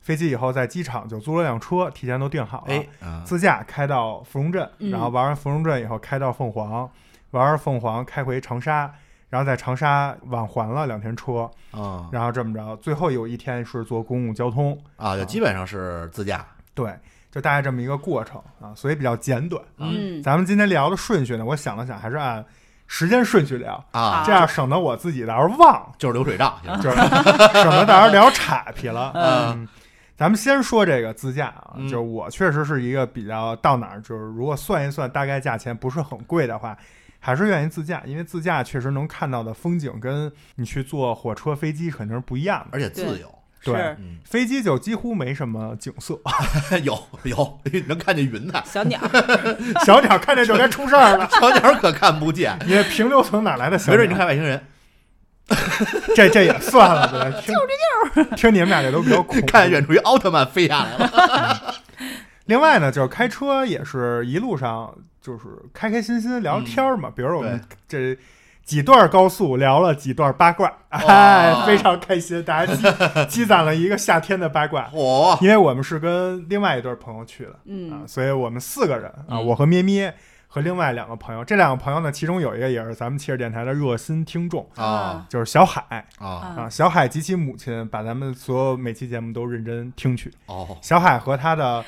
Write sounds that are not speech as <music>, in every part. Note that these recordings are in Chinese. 飞机以后，在机场就租了辆车，提前都订好了，哎，啊自驾开到芙蓉镇，嗯然后玩完芙蓉镇以后开到凤凰，玩完凤凰开回长沙。然后在长沙晚还了两天车，啊然后这么着，最后有一天是坐公共交通，啊，就基本上是自驾。对，就大概这么一个过程啊，所以比较简短啊。嗯咱们今天聊的顺序呢，我想了想，还是按时间顺序聊，啊，啊这样省得我自己到时候忘，就是流水账，<laughs> 行就是省得到时候聊岔劈了。嗯嗯，咱们先说这个自驾啊，嗯就是我确实是一个比较到哪儿，就是如果算一算大概价钱不是很贵的话。还是愿意自驾，因为自驾确实能看到的风景跟你去坐火车、飞机肯定是不一样的。而且自由。 <laughs> 对是嗯，飞机就几乎没什么景色， <laughs> 有有能看见云彩， <laughs> 小鸟，小鸟看见就该出事儿了。小鸟可看不 <laughs> 见。你这平流层哪来的小没鸟？准你看外星人，这这也算了呗，听听你们俩这都比较恐怖。看见远处一奥特曼飞下来了。另外呢，就是开车也是一路上就是开开心心聊天儿嘛，比如我们这几段高速聊了几段八卦，哎，非常开心，大家积积攒了一个夏天的八卦。 <laughs> 嚯，因为我们是跟另外一对朋友去的啊，嗯，所以我们四个人啊，嗯我和咩咩和另外两个朋友，这两个朋友呢，其中有一个也是咱们汽车电台的热心听众，啊就是小海。啊啊，小海及其母亲把咱们所有每期节目都认真听取。哦，小海和她的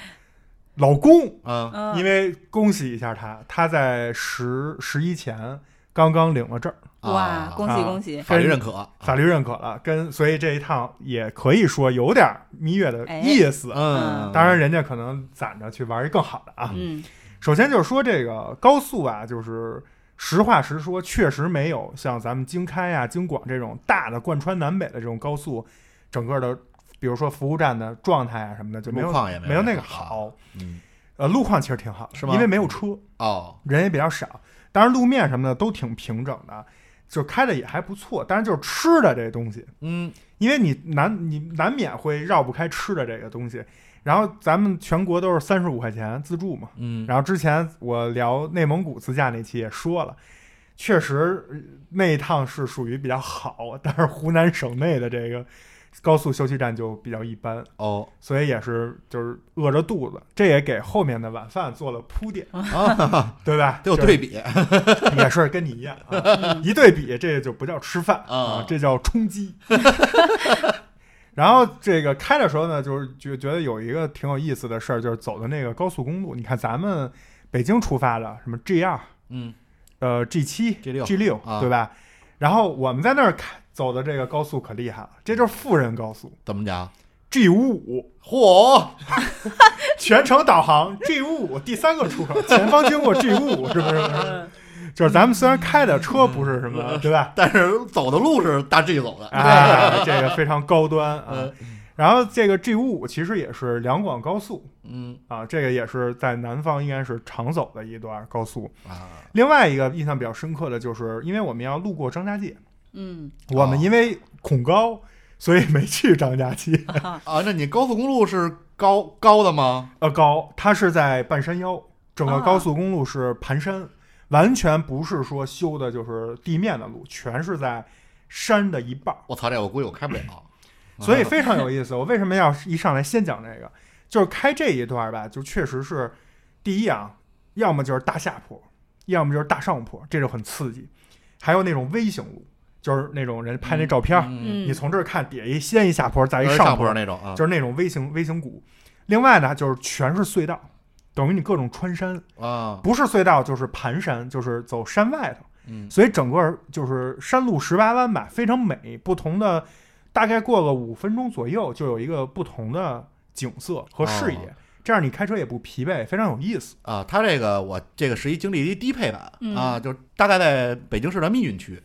老公，嗯嗯，因为恭喜一下他，他在十十一前刚刚领了证儿，哇，啊恭喜恭喜！法律认可法律认可了，跟所以这一趟也可以说有点蜜月的意思。嗯，当然，人家可能攒着去玩一更好的啊。嗯首先就是说这个高速啊，就是实话实说，确实没有像咱们京开啊、京广这种大的贯穿南北的这种高速，整个的，比如说服务站的状态啊什么的，就没路有况也没没有那那个个好。嗯，呃，路况其实挺好的，是吗因为没有车，哦，人也比较少，当然路面什么的都挺平整的，就开的也还不错。但是就是吃的这东西，嗯，因为你难你难免会绕不开吃的这个东西。然后咱们全国都是三十五块钱自助嘛，嗯，然后之前我聊内蒙古自驾那期也说了，确实呃那一趟是属于比较好，但是湖南省内的这个高速休息站就比较一般，哦，所以也是就是饿着肚子，这也给后面的晚饭做了铺 <laughs> 垫，啊，对吧？得有 <laughs> 对比，就是 <laughs> 也是跟你一样、啊，一对比这就不叫吃饭嗯啊这叫充饥。 <laughs> 然后这个开的时候呢，就是觉觉得有一个挺有意思的事儿，就是走的那个高速公路。你看咱们北京出发的什么 G 二、嗯，呃 G 七、 G6 G 六啊，对吧？然后我们在那儿开走的这个高速可厉害了，这就是富人高速怎么讲？ G 五五，嚯，全程导航 G 五五第三个出口，前方经过 G 五五，是不是？就是咱们虽然开的车不是什么，嗯对吧？但是走的路是大 G 走的， <laughs> 啊，这个非常高端啊嗯。然后这个 G 五五其实也是两广高速嗯啊，这个也是在南方应该是常走的一段高速。啊，另外一个印象比较深刻的就是，因为我们要路过张家界，嗯，我啊们因为恐高，所以没去张家 <laughs> 界。啊，那你高速公路是高高的吗？呃，高，它是在半山腰，整个高速公路是盘山，啊完全不是说修的就是地面的路，全是在山的一半儿。我操，这我估计我开不了， <laughs> 嗯啊所 <laughs> 以非常有意思。我为什么要一上来先讲这个？就是开这一段吧，就确实是第一啊，要么就是大下坡，要么就是大上坡，这就很刺激。还有那种微型路，就是那种人拍那照片儿，嗯，嗯你从这儿看底下一先一下坡，再一有点上上坡那种啊就是那种微型微型谷。另外呢，就是全是隧道，等于你各种穿山，啊，不是隧道就是盘山，就是走山外头。嗯所以整个就是山路十八弯吧，非常美。不同的，大概过个五分钟左右，就有一个不同的景色和视野，哦这样你开车也不疲惫，非常有意思。啊，它这个我这个是一经历一低配版、嗯啊，就是大概在北京市的密云区，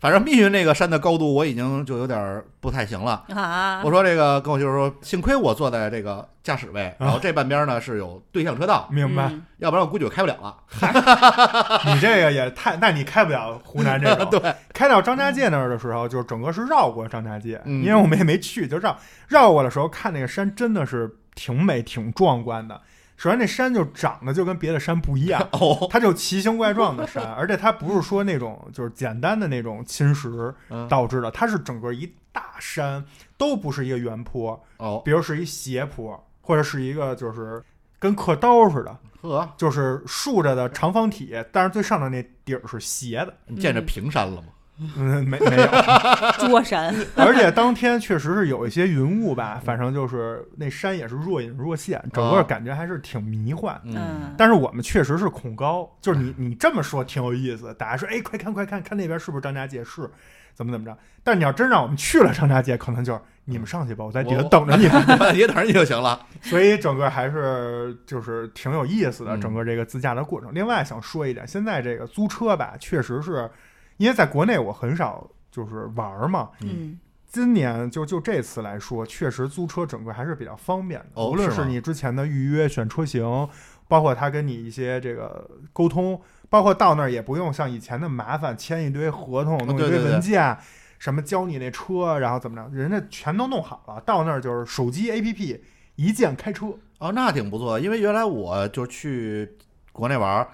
反正密云那个山的高度我已经就有点儿不太行了。啊我，说这个跟我就是说，幸亏我坐在这个驾驶位，然后这半边呢是有对向车道，明白？嗯要不然我估计我开不了了。 <laughs> 你这个也太……那你开不了湖南这种。对，开到张家界那儿的时候，就是整个是绕过张家界，嗯因为我们也没去，就绕绕过的时候看那个山真的是挺美、挺壮观的。首先，那山就长得就跟别的山不一样， <laughs> 哦，它就奇形怪状的山，而且它不是说那种就是简单的那种侵蚀嗯导致的，它是整个一大山都不是一个圆坡，哦，比如是一斜坡，或者是一个就是跟刻刀似的，呵，就是竖着的长方体，但是最上头那底儿是斜的，你见着平山了吗？嗯，没没有，桌山， <laughs> 而且当天确实是有一些云雾 <laughs> 吧，反正就是那山也是若隐若现，整个哦感觉还是挺迷幻。 <laughs> 嗯，但是我们确实是恐高，就是你你这么说挺有意思，大家说哎快看快看看那边是不是张家界是，怎么怎么着？但你要真让我们去了张家界，可能就是你们上去吧，我在底下我等着你们。也等着你就行了。所以整个还是就是挺有意思的，嗯整个这个自驾的过程。另外想说一点，现在这个租车吧，确实是因为在国内我很少就是玩儿嘛，嗯今年就就这次来说，确实租车整个还是比较方便的，哦无论是吗是你之前的预约、选车型，包括他跟你一些这个沟通，包括到那儿也不用像以前那么麻烦，签一堆合同、弄一哦对堆对对文件，什么教你那车，然后怎么着，人家全都弄好了，到那儿就是手机 APP 一键开车，哦，那挺不错的，因为原来我就去国内玩儿，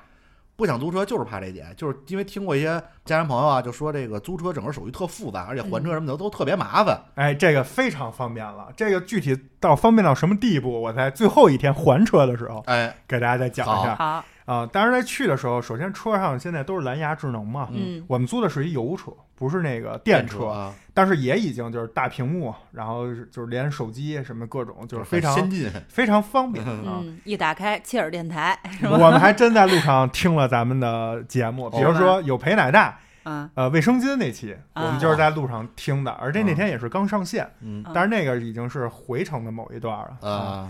不想租车，就是怕这一点，就是因为听过一些家人朋友啊，就说这个租车整个手续特复杂，而且还车什么的都特别麻烦。哎，这个非常方便了。这个具体到方便到什么地步，我在最后一天还车的时候哎，给大家再讲一下啊、嗯好，当然，在去的时候，首先车上现在都是蓝牙智能嘛，嗯我们租的是一油车，不是那个电车，啊，但是也已经就是大屏幕，然后是就是连手机什么各种，就是非常先进。非常方便啊。嗯，一打开切尔电台是吧？我们还真在路上听了咱们的节 <laughs> 目，比如说有陪奶大，啊，呃，卫生巾那期，我啊们就是在路上听的，而且那天也是刚上线，嗯但是那个已经是回程的某一段了。啊，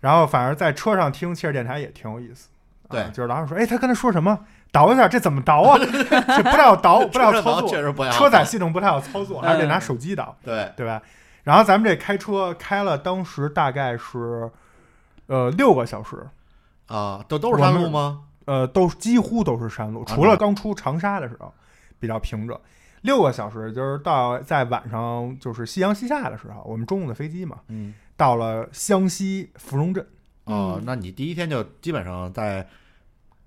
然后反而在车上听汽车电台也挺有意思，啊、对就是老想说，哎，他刚才说什么？倒一下，这怎么倒 <laughs> 啊？这不太好倒，嗯不太好操确作，实不太好嗯车载系统不太好操作，还是得拿手机倒，对，对吧？然后咱们这开车开了，当时大概是呃六个小时，啊，都都是山路吗？呃，都几乎都是山路，啊除了刚出长沙的时候比较平整。六个小时就是到在晚上就是夕阳西下的时候，我们中午的飞机嘛，嗯，到了湘西芙蓉镇。哦，那你第一天就基本上在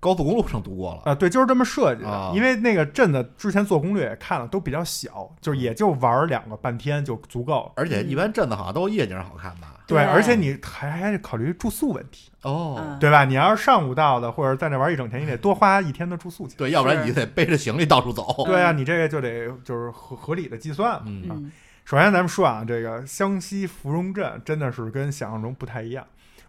高速公路上度过了。啊，对，就是这么设计的。啊因为那个镇子之前做攻略也看了，都比较小，就是也就玩两个半天就足够了。而且一般镇子好像都夜景好看吧？对，对而且你还还得考虑住宿问题，哦嗯，对吧？你要是上午到的，或者在那玩一整天，你得多花一天的住宿钱。对，要不然你得背着行李到处走。对啊，你这个就得就是合合理的计算。嗯嗯首先，咱们说啊，这个湘西芙蓉镇真的是跟想象中不太一样。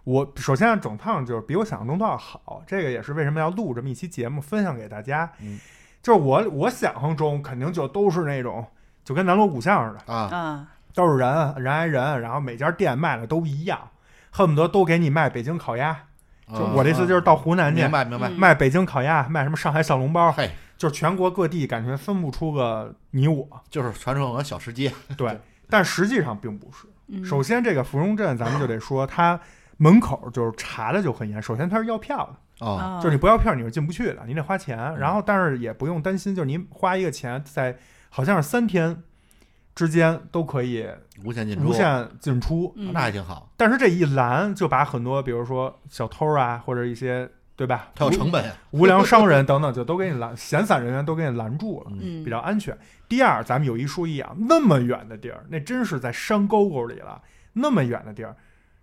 我首先啊整趟就是比我想象中都要好，这个也是为什么要录这么一期节目分享给大家。嗯就是我我想象中肯定就都是那种就跟南锣鼓巷似的，啊，啊，都是人人挨人，然后每家店卖的都一样，恨不得都给你卖北京烤鸭。就我这次就是到湖南去啊明白明白嗯，卖北京烤鸭，卖什么上海小笼包，嘿，就是全国各地感觉分不出个你我。就是传说中的小吃街。对，但实际上并不是。嗯首先，这个芙蓉镇咱们就得说，它门口就是查的就很严。首先，它是要票的，哦，啊嗯就是你不要票你是进不去的，你得花钱。然后，但是也不用担心，就是您花一个钱，在好像是三天之间都可以无限进出，无限进出。嗯那还挺好，但是这一拦就把很多，比如说小偷啊，或者一些对吧，它有成本呀。无良商人等等，就都给你拦，闲散人员都给你拦住了。嗯，嗯比较安全。第二，咱们有一说一啊，那么远的地儿，那真是在山沟沟里了，那么远的地儿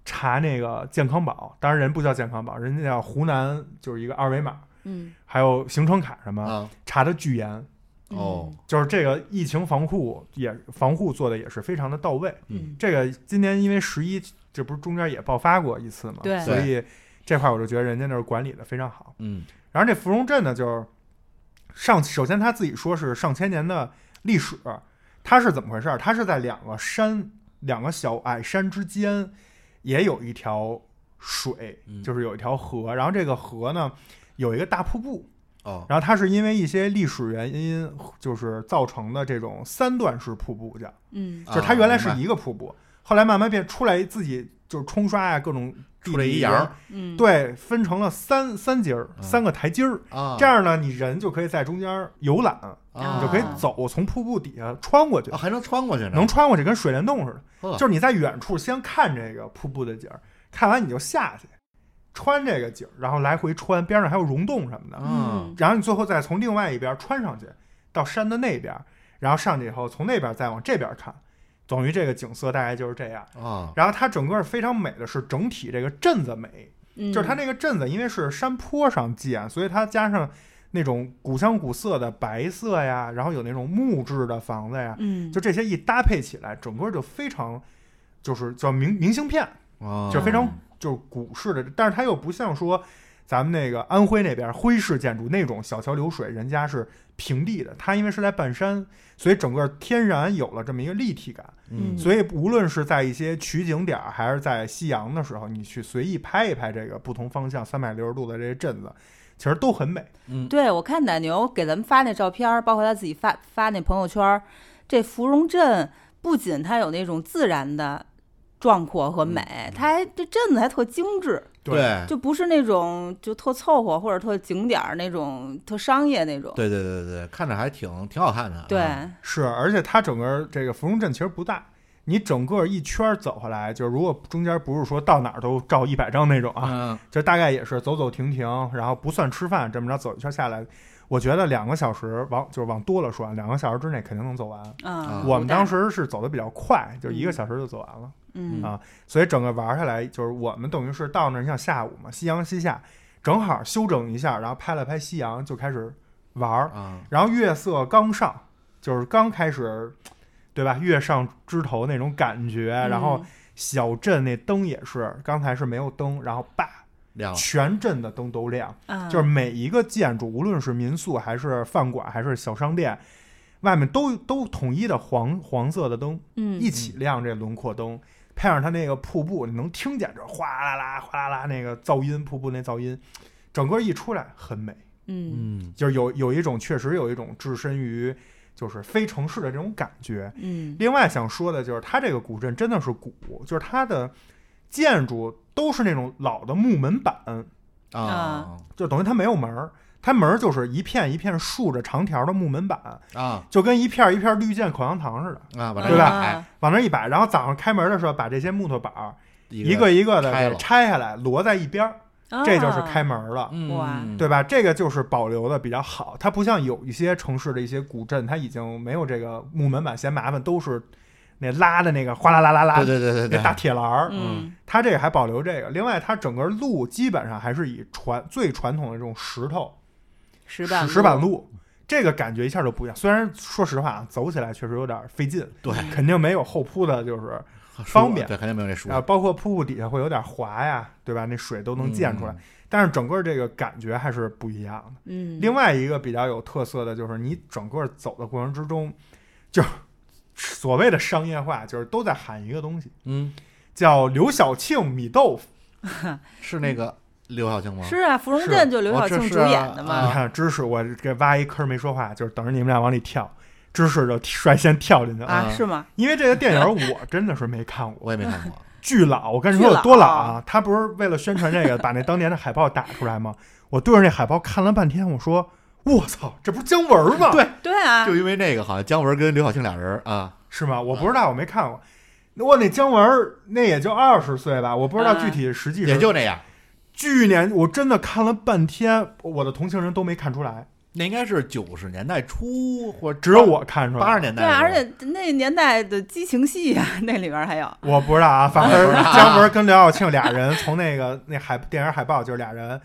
查那个健康宝，当然人不叫健康宝，人家叫湖南就是一个二维码，嗯还有行程卡什么、啊，查的巨严，哦，就是这个疫情防护也防护做的也是非常的到位。嗯这个今年因为十一，这不是中间也爆发过一次嘛，对所以这块儿我就觉得人家那儿管理的非常好。嗯，然后这芙蓉镇呢，就是上，首先他自己说是上千年的历史，它是怎么回事儿？它是在两个山、两个小矮山之间，也有一条水嗯，就是有一条河。然后这个河呢，有一个大瀑布。哦，然后它是因为一些历史原因，就是造成的这种三段式瀑布叫，嗯就是它原来是啊明白一个瀑布，后来慢慢变出来自己就是冲刷呀、各种地出来一理洋原儿嗯，对，分成了三三节儿，嗯三个台阶儿。啊，这样呢，你人就可以在中间游览，啊你就可以走，从瀑布底下穿过去啊，，还能穿过去呢，能穿过去，跟水帘洞似的。呵就是你在远处先看这个瀑布的景儿，看完你就下去，穿这个景儿，然后来回穿，边上还有溶洞什么的，嗯然后你最后再从另外一边穿上去，到山的那边，然后上去以后，从那边再往这边看，等于这个景色大概就是这样。啊，然后它整个非常美的是整体这个镇子美，嗯就是它那个镇子，因为是山坡上建，所以它加上那种古香古色的白色呀，然后有那种木质的房子呀，嗯就这些一搭配起来，整个就非常就是叫明明信片，啊就非常就是古式的，但是它又不像说咱们那个安徽那边徽式建筑那种小桥流水，人家是平地的，它因为是在半山，所以整个天然有了这么一个立体感。嗯所以无论是在一些取景点儿，还是在夕阳的时候，你去随意拍一拍这个不同方向三百六十度的这些镇子，其实都很美。对，我看奶牛给咱们发那照片儿，包括他自己发发那朋友圈儿，这芙蓉镇不仅它有那种自然的壮阔嗯和美，它还这镇子还特精致，对就不是那种就特凑合或者特景点儿那种特商业那种。对对对对，看着还挺挺好看的，对，啊是，而且它整个这个芙蓉镇其实不大，你整个一圈儿走下来，就是如果中间不是说到哪儿都照一百张那种啊，嗯就大概也是走走停停，然后不算吃饭，这么着走一圈下来，我觉得两个小时往就是往多了说啊，两个小时之内肯定能走完。啊，我们不大当时是走的比较快，就是一个嗯小时就走完了。嗯啊所以整个玩下来，就是我们等于是到那儿，你想下午嘛，夕阳西下，正好休整一下，然后拍了拍夕阳，就开始玩儿。啊，然后月色刚上，就是刚开始，对吧？月上枝头那种感觉，然后小镇那灯也是，刚才是没有灯，然后叭，亮了，全镇的灯都亮，啊就是每一个建筑，无论是民宿还是饭馆还是小商店，外面都都统一的黄黄色的灯。嗯一起亮这轮廓灯，配上它那个瀑布，你能听见这哗啦啦、哗啦啦那个噪音，瀑布那噪音，整个一出来很美，嗯嗯就是有有一种确实有一种置身于就是非城市的这种感觉。嗯另外想说的就是，它这个古镇真的是古，就是它的建筑都是那种老的木门板，啊就等于它没有门儿，它门儿就是一片一片竖着长条的木门板，啊就跟一片一片绿箭口香糖似的，啊，把对吧哎它啊往那儿一摆，然后早上开门的时候把这些木头板儿一一个一个的拆给了拆下来，摞在一边儿，这就是啊开门了。哇嗯对吧？这个就是保留的比较好，它不像有一些城市的一些古镇，它已经没有这个木门板嫌麻烦，都是那拉的那个哗啦啦啦啦，对对对对那大对，铁栏儿。嗯它这个还保留这个，另外它整个路基本上还是以传最传统的这种石头石板石板路，这个感觉一下就不一样。虽然说实话，啊走起来确实有点费劲，对肯定没有后铺的，就是舒服方便对，肯定没有这舒啊，服，包括瀑布底下会有点滑呀，对吧？那水都能溅出来，嗯但是整个这个感觉还是不一样的。嗯，另外一个比较有特色的就是，你整个走的过程之中，就是所谓的商业化，就是都在喊一个东西，嗯，叫刘晓庆米豆腐。是那个刘晓庆吗？是啊，芙蓉是镇就刘我晓这庆是主演啊的嘛，你看，知识我给挖一坑没说话，就是等着你们俩往里跳。知识就 <laughs> 率先跳进去了，啊啊是吗？因为这个电影我真的是没看过，我也没看过，巨老，我跟你说巨有老多老啊！他不是为了宣传这个，把那当年的海报打出来吗？我对着那海报看了半天，我说：“我操，这不是姜文儿吗？”对对啊就，因为那个好像姜文跟刘晓庆俩人啊，是吗？我不知道，我没看过。那我那姜文儿那也就二十岁吧，我不知道啊具体实际是也就那样。去年我真的看了半天，我的同情人都没看出来，那应该是九十年代初或者只有我看出来。八十年代对的时啊，候，而且那年代的激情戏啊，那里边还有我不知道啊，反正姜文跟刘晓庆俩人从那个那海电影海报就是俩人，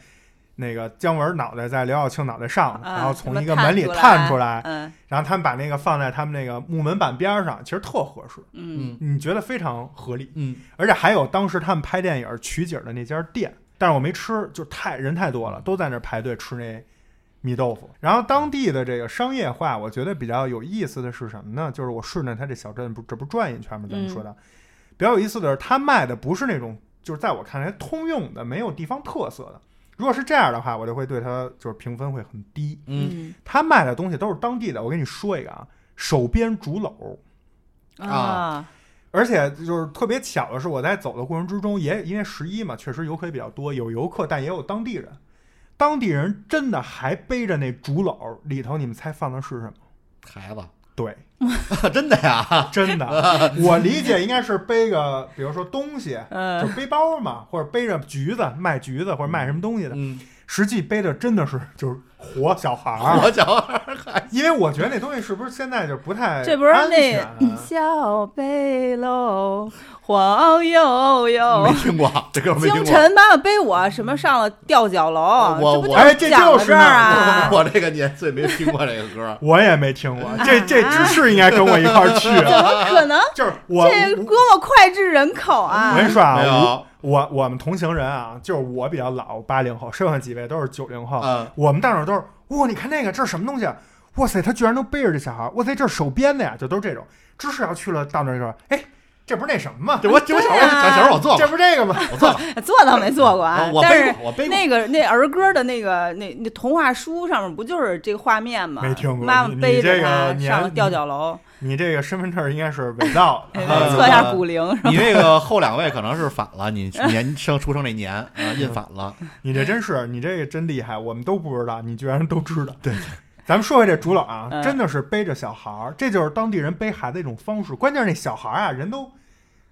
那个姜文脑袋在刘晓庆脑袋上，啊然后从一个什么门里探探出来，嗯然后他们把那个放在他们那个木门板边上，其实特合适，嗯你觉得非常合理。嗯而且还有当时他们拍电影取景的那家店，但是我没吃，就太人太多了，都在那儿排队吃那米豆腐。然后当地的这个商业化，我觉得比较有意思的是什么呢？就是我顺着他这小镇不这不转一圈吗？咱们说的、比较有意思的是，他卖的不是那种就是在我看来通用的、没有地方特色的。如果是这样的话，我就会对它就是评分会很低。嗯嗯他卖的东西都是当地的，我跟你说一个啊，手编竹篓。啊而且就是特别巧的是，我在走的过程之中也，因为十一嘛，确实游客也比较多，有游客，但也有当地人。当地人真的还背着那竹篓，里头你们猜放的是什么？孩子， <laughs> 对，真的呀，真的，我理解应该是背个，比如说东西，就嗯背包嘛，或者背着橘子卖橘子或者卖什么东西的，嗯，实际背的真的是就是活小孩儿， <laughs> 我小孩儿因为我觉得那东西是不是现在就不太这不是哎安那嗯全啊小背篓晃悠悠没，听过，这歌没听哦清过。晨妈妈背我什么上了吊脚楼，我这不我哎就这是讲就到是这 <laughs>，儿啊？我这个年岁没听过这个歌我也没听过，这这芝士应该跟我一块儿去。怎么可能？啊 <laughs> 就是我这多么脍炙人口啊我！跟你说没啊，有，我我我们同行人啊，就是我比较老，八零后，剩下几位都是九零后。嗯，我们到那儿都是，哇，你看那个，这是什么东西啊？哇塞，他居然能背着这小孩儿！哇塞，这是手编的呀，就都是这种。芝士要去了，到那儿就说，哎，这不是那什么吗？这我这我小时候小时候我做这过，不是这个吗？ <laughs> 我做过，做倒没啊做过啊我，我但背是过，我背过。那个那儿歌的那个那那童话书上面不就是这个画面吗？没听过妈你妈你背这着个他年上了吊脚楼，你这个身份证应该是伪造的。啊 <laughs> 测一下骨龄是吧？你那个后两位可能是反了，你年生出生那年啊印反了，你这真是，你这个真厉害，我们都不知道，你居然都知道。对， <laughs> 咱们说回这竹篓啊，嗯真的是背着小孩儿，这就是当地人背孩子一种方式。关键是那小孩儿啊，人都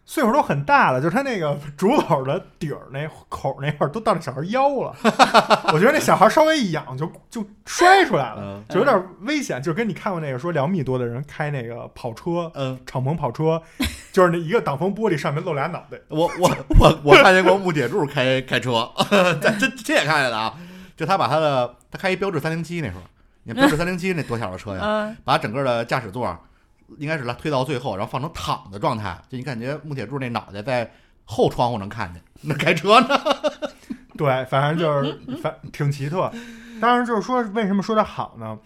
岁数都很大了，就是他那个竹篓的底儿那口那块儿都到那小孩腰了， <laughs> 我觉得那小孩稍微一仰就就摔出来了嗯，就有点危险。就跟你看过那个说两米多的人开那个跑车，嗯，敞篷跑车，就是那一个挡风玻璃上面露俩脑袋。我我我我看见过木铁柱开开车，但这这也看见了啊，就他把他的他开一标致三零七那时候，你看标致三零七那多小的车呀，嗯，把整个的驾驶座儿应该是拉推到最后，然后放成躺的状态，就你感觉木铁柱那脑袋在后窗户能看见，那开车呢？ <laughs> 对，反正就是反挺奇特。当然就是说，为什么说它好呢？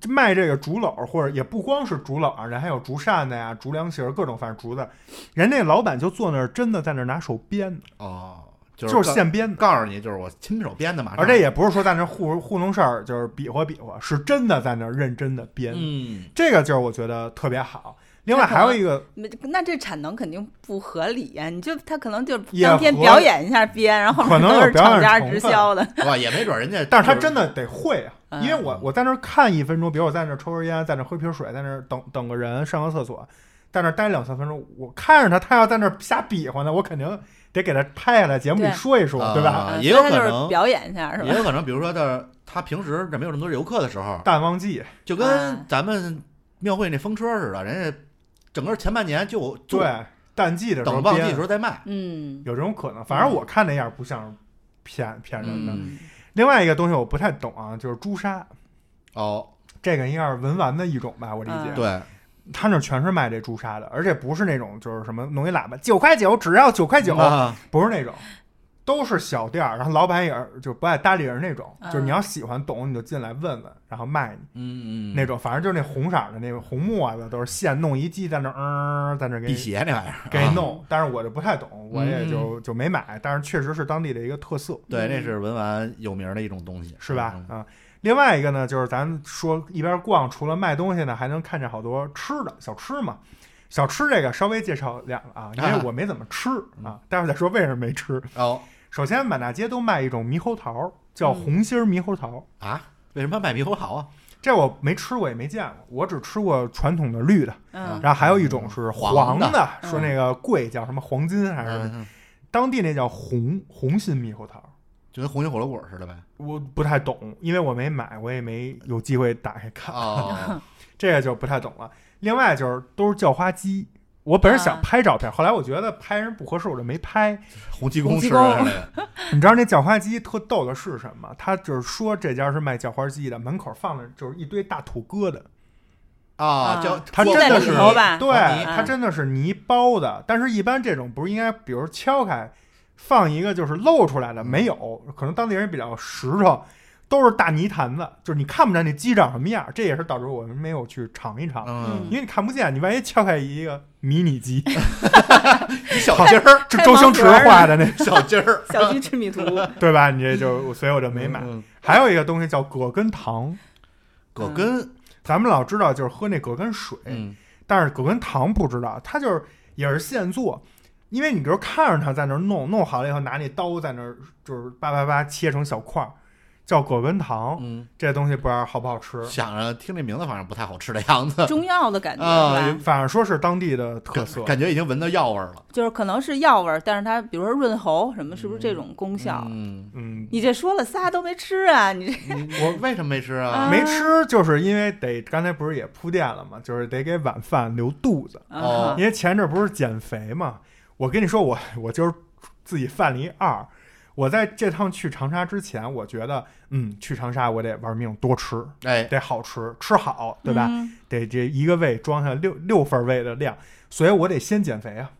这卖这个竹篓，或者也不光是竹篓啊，人还有竹扇子呀、竹凉席儿，各种反正竹子。人那老板就坐那儿，真的在那儿拿手编的，哦，就是就是告现编的。告诉你，就是我亲手编的嘛。而这也不是说在那糊糊弄事儿，就是比划比划，是真的在那儿认真的编。嗯，这个就是我觉得特别好。另外那可还有一个，没那这产能肯定不合理呀、你就他可能就也当天合表演一下编，然后后可面能都有是表演厂家成直分销的。哇，也没准人家，但是他真的的得会啊，嗯因为我我在那儿看一分钟，比如我在那儿抽根烟，在那儿喝瓶水，在那儿等等个人，上个厕所，在那儿待两三分钟，我看着他，他要在那儿瞎比划呢，我肯定得给他拍下来，节目里对说一说，对吧？啊嗯也所以有他可就能是表演一下是也吧？有可能，比如说他他平时这没有这么多游客的时 <laughs> 候，淡旺季，就啊跟咱们庙会那风车似的，人家整个前半年就就对，淡季的时候等旺季的编时候再卖。嗯有这种可能，反正我看那样不像骗骗人的。嗯，另外一个东西我不太懂啊，就是朱砂，哦，这个应该是文玩的一种吧，我理解。嗯对，他那儿全是卖这朱砂的，而且不是那种就是什么弄一喇叭九块九，只要九块九，啊，不是那种，都是小店儿，然后老板也是就不爱搭理人那种，嗯啊就是你要喜欢懂你就进来问问，然后卖你嗯嗯，那种，反正就是那红色儿的那个红木啊的都是线弄一系在那儿，嗯，在那儿给辟你邪那玩意儿给啊你弄，但是我就不太懂，我也嗯就就没买，但是确实是当地的一个特色，对，那是文玩有名的一种东西，是吧？嗯？啊。另外一个呢，就是咱说一边逛，除了卖东西呢，还能看见好多吃的小吃嘛。小吃这个稍微介绍两个啊，因为啊我没怎么吃啊，待会儿再说为什么没吃。哦首先，满大街都卖一种猕猴桃，叫嗯红心儿猕猴桃。啊，为什么卖猕猴桃啊？这我没吃过，也没见过，我只吃过传统的绿的，啊嗯然后还有一种是黄嗯黄的说那个贵叫什么黄金还是嗯，当地那叫红红心猕猴桃，就跟红心火龙果似 <laughs> 的呗。我不太懂，因为我没买，我也没有机会打开看，哦，啊这个就不太懂了。另外就是都是叫花鸡，我本是想啊拍照片，后来我觉得拍人不合适，我就没拍。洪七洪公七吃的那公个你知道那叫花鸡特逗的是什么？他就是说这家是卖叫花鸡的，门口放的就是一堆大土疙瘩，啊，啊叫它鸡真在的里是头吧对，泥它真的是泥包的。但是，一般这种不是应该，比如敲开放一个就是露出来的，嗯没有，可能当地人比较实诚，都是大泥坛子，就是你看不着那鸡长什么样。这也是导致我们没有去尝一尝。嗯因为你看不见，你万一敲开一个迷你鸡，一 <laughs> 小 <laughs> 鸡儿，这周星驰画的那，小鸡儿小鸡吃 <laughs> 米图，对吧？你这就，所以我就没买。嗯还有一个东西叫葛根糖，葛根，咱们老知道就是喝那葛根水，嗯但是葛根糖不知道，它就是也是现做，因为你比如看着他在那儿弄，弄好了以后拿那刀在那儿就是叭叭叭切成小块儿，叫葛根糖，嗯，这东西不知道好不好吃，想着听这名字反正不太好吃的样子，中药的感觉啊是吧？反正说是当地的特色。感觉已经闻到药味儿了。就是可能是药味儿，但是它比如说润喉什么，是不是这种功效？嗯，嗯，你这说了仨都没吃啊，你这 <laughs> 我为什么没吃啊？没吃就是因为得刚才不是也铺垫了嘛，就是得给晚饭留肚子，哦嗯因为前阵儿不是减肥嘛，我跟你说我我就是自己犯了一二。我在这趟去长沙之前，我觉得，嗯，去长沙我得玩命多吃，哎，得好吃，吃好，对吧？嗯得这一个胃装下六六份胃的量，所以我得先减肥啊。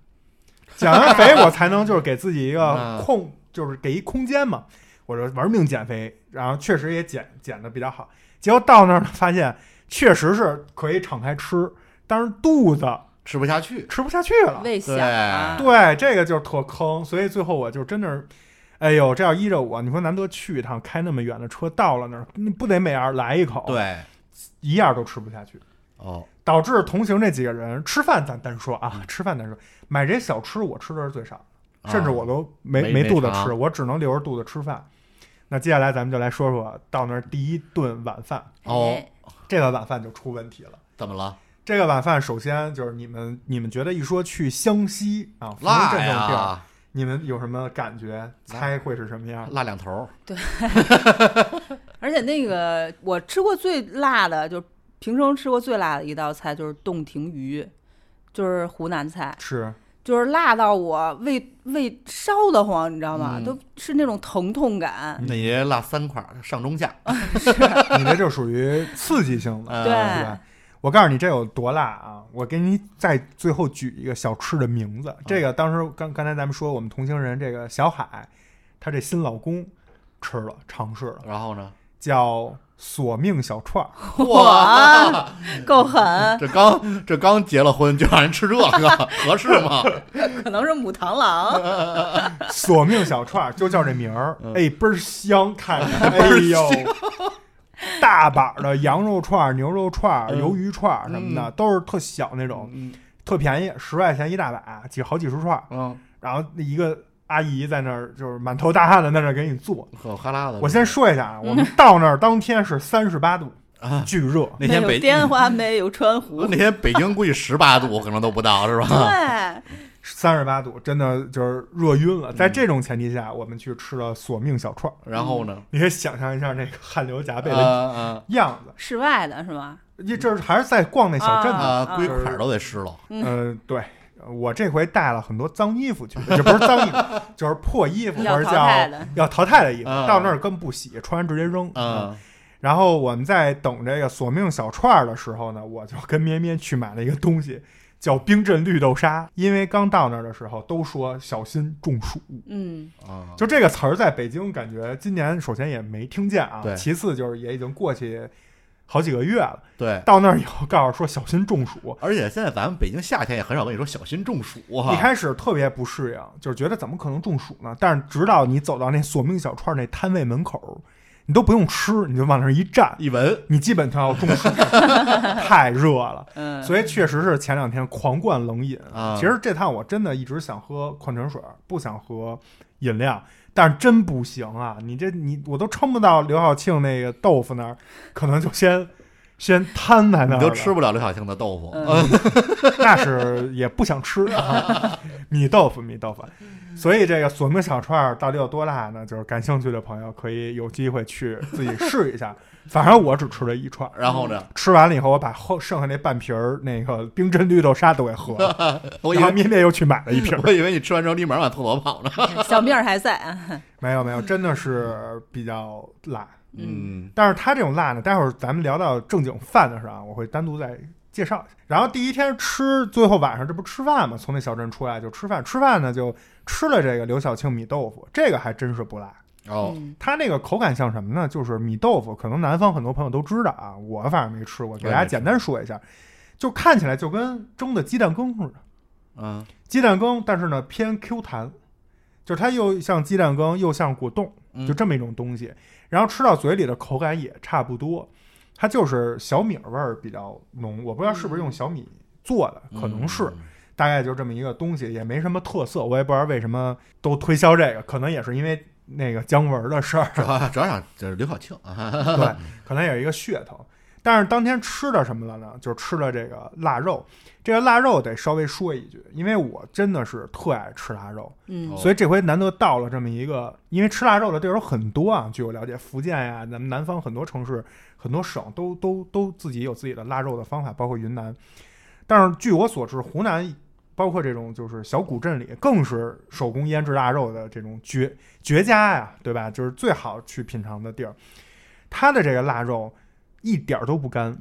减完肥，我才能就是给自己一个嗯空，就是给一空间嘛。我就玩命减肥，然后确实也减减的比较好。结果到那儿呢，发现确实是可以敞开吃，但是肚子吃不下去。吃不下去了。胃小啊， <laughs> 对，这个就是特坑，所以最后我就真的是，哎呦，这要依着我，你说难得去一趟，开那么远的车到了那儿，你不得每样来一口？，对，一样都吃不下去。哦，导致同行这几个人吃饭咱单说啊，吃饭单说，买这小吃我吃的是最少，啊甚至我都没、没没肚子没吃，尝我只能留着肚子吃饭。那接下来咱们就来说说到那儿第一顿晚饭，哦哎，这个晚饭就出问题了。怎么了？这个晚饭首先就是你们你们觉得一说去湘西啊，福州辣镇这种地儿，呀，你们有什么感觉？猜会是什么样？辣两头儿。而且那个我吃过最辣的，就是平生吃过最辣的一道菜就是洞庭鱼，就是湖南菜，是就是辣到我胃胃烧得慌，你知道吗？嗯都是那种疼痛感。那也辣三块儿，上中下。你这就属于刺激性的，嗯对对吧？我告诉你这有多辣啊！我给你再最后举一个小吃的名嗯字，这个当时刚刚才咱们说我们同行人这个小海，她这新老公吃了尝试了， <laughs> 然后呢？叫索命小串儿。哇，够狠，这刚这刚结了婚就让人吃这个，合适吗？可能是母螳螂，索命小串儿就叫这名儿嗯，哎，倍儿香，看着， <laughs> 哎呦，大板儿的羊肉串儿、牛肉串儿、嗯鱿鱼串儿什么的，都是特小那种， <laughs> 嗯特便宜，十块钱一大把，几好几十串儿。嗯，然后那一个阿姨在那儿就是满头大汗的在那儿给你做。可哈喇子。我先说一下啊，我 <laughs> 们到那儿当天是三十八度，啊，巨热，那天没北有滇花没有川湖，那天北京估计十八度可能都不到是吧？对，三十八度，真的就是热晕了。在嗯这种前提下，我们去吃了索命小串儿，然后呢？你可以想象一下那个汗流浃背啊的啊样子。室外的是吗？你这是还是在逛那小镇子。嗯啊！龟块都得湿了。嗯、对，我这回带了很多脏衣服去，这不是脏衣服， <laughs> 就是破衣服或要者淘汰叫的，要淘汰的衣服，啊到那儿更不洗，穿完直接扔。嗯，然后我们在等这个索命小串儿的时候呢，我就跟咩咩去买了一个东西，叫冰镇绿豆沙。因为刚到那儿的时候都说小心中暑，嗯，啊，就这个词儿在北京感觉今年首先也没听见啊对，其次就是也已经过去好几个月了。对。到那儿以后告诉说小心中暑，而且现在咱们北京夏天也很少跟你说小心中暑哈。一开始特别不适应，就是觉得怎么可能中暑呢？但是直到你走到那索命小串那摊位门口，你都不用吃，你就往那儿一站，一闻，你基本上要中暑，太热了。嗯，所以确实是前两天狂灌冷饮啊其实这趟我真的一直想喝矿泉水，不想喝饮料，但是真不行啊！你这你我都撑不到刘晓庆那个豆腐那儿，可能就先先瘫在那你儿都了吃不了刘晓庆的豆腐。嗯那是也不想吃啊，米豆腐，米豆腐。所以这个索命小串儿到底有多辣呢？就是感兴趣的朋友可以有机会去自己试一下。反正我只吃了一串儿，然后呢，吃完了以后，我把后剩下那半瓶儿那个冰镇绿豆沙都给喝了，我以嗯然后为嗯面面又去买了一瓶儿。我以为你吃完之后立马往厕所跑呢。小命儿还在啊，没有没有，真的是比较辣。嗯，嗯但是它这种辣呢，待会儿咱们聊到正经饭的时候啊，我会单独再介绍一下。然后第一天吃，最后晚上这不吃饭嘛，从那小镇出来就吃饭，吃饭呢就吃了这个刘晓庆米豆腐，这个还真是不辣。哦，嗯它那个口感像什么呢？就是米豆腐，可能南方很多朋友都知道啊，我反正没吃过，给大我也家没简单说一下，就看起来就跟蒸的鸡蛋羹似的，嗯鸡蛋羹，但是呢偏 Q 弹，就是它又像鸡蛋羹又像果冻，嗯就这么一种东西。然后吃到嘴里的口感也差不多，它就是小米味儿比较浓，我不知道是不是用小米做的，嗯可能是，大概就这么一个东西，也没什么特色，我也不知道为什么都推销这个，可能也是因为那个姜文的事儿， <laughs> 主要主要想就是刘晓庆啊，对，可能也是一个噱头。但是当天吃的什么了呢？就吃了这个腊肉。这个腊肉得稍微说一句，因为我真的是特爱吃腊肉，嗯哦所以这回难得到了这么一个，因为吃腊肉的地儿有很多啊，据我了解，福建呀、咱们南方很多城市、很多省都都都自己有自己的腊肉的方法，包括云南。但是据我所知，湖南包括这种就是小古镇里，更是手工腌制腊肉的这种绝绝佳呀、对吧？就是最好去品尝的地儿。它的这个腊肉一点儿都不干，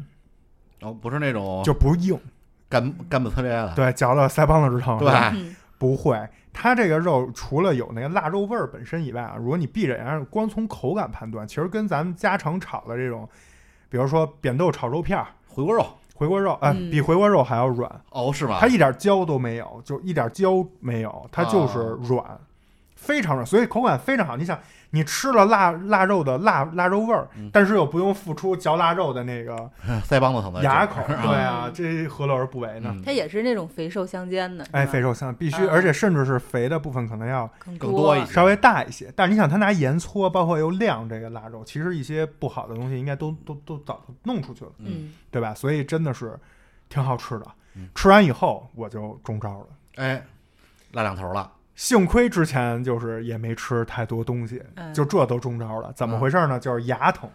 哦，不是那种就不硬，干干不呲咧的，对，嚼了腮帮子直疼，啊对吧，嗯不会，它这个肉除了有那个腊肉味儿本身以外啊，如果你闭着眼儿光从口感判断，其实跟咱们家常炒的这种，比如说扁豆炒肉片儿、回锅肉回锅肉，哎、嗯比回锅肉还要软，哦，是吗它？一点焦都没有，就一点焦没有，它就是软，非常软，所以口感非常好。你想，你吃了腊腊肉的腊腊肉味儿，但是又不用付出嚼腊肉的那个哎腮帮子疼的牙口，嗯 <laughs> 对啊，这何乐而不为呢？它也是那种肥瘦相间的，哎，是吧肥瘦相必须，啊而且甚至是肥的部分可能要。更更多一些稍微大一些。但是你想，他拿盐搓，包括又晾这个腊肉，其实一些不好的东西应该都都都早就弄出去了，嗯，对吧？所以真的是挺好吃的嗯。吃完以后我就中招了，哎，辣两头了，幸亏之前就是也没吃太多东西，嗯就这都中招了。怎么回事嗯呢？就是牙疼，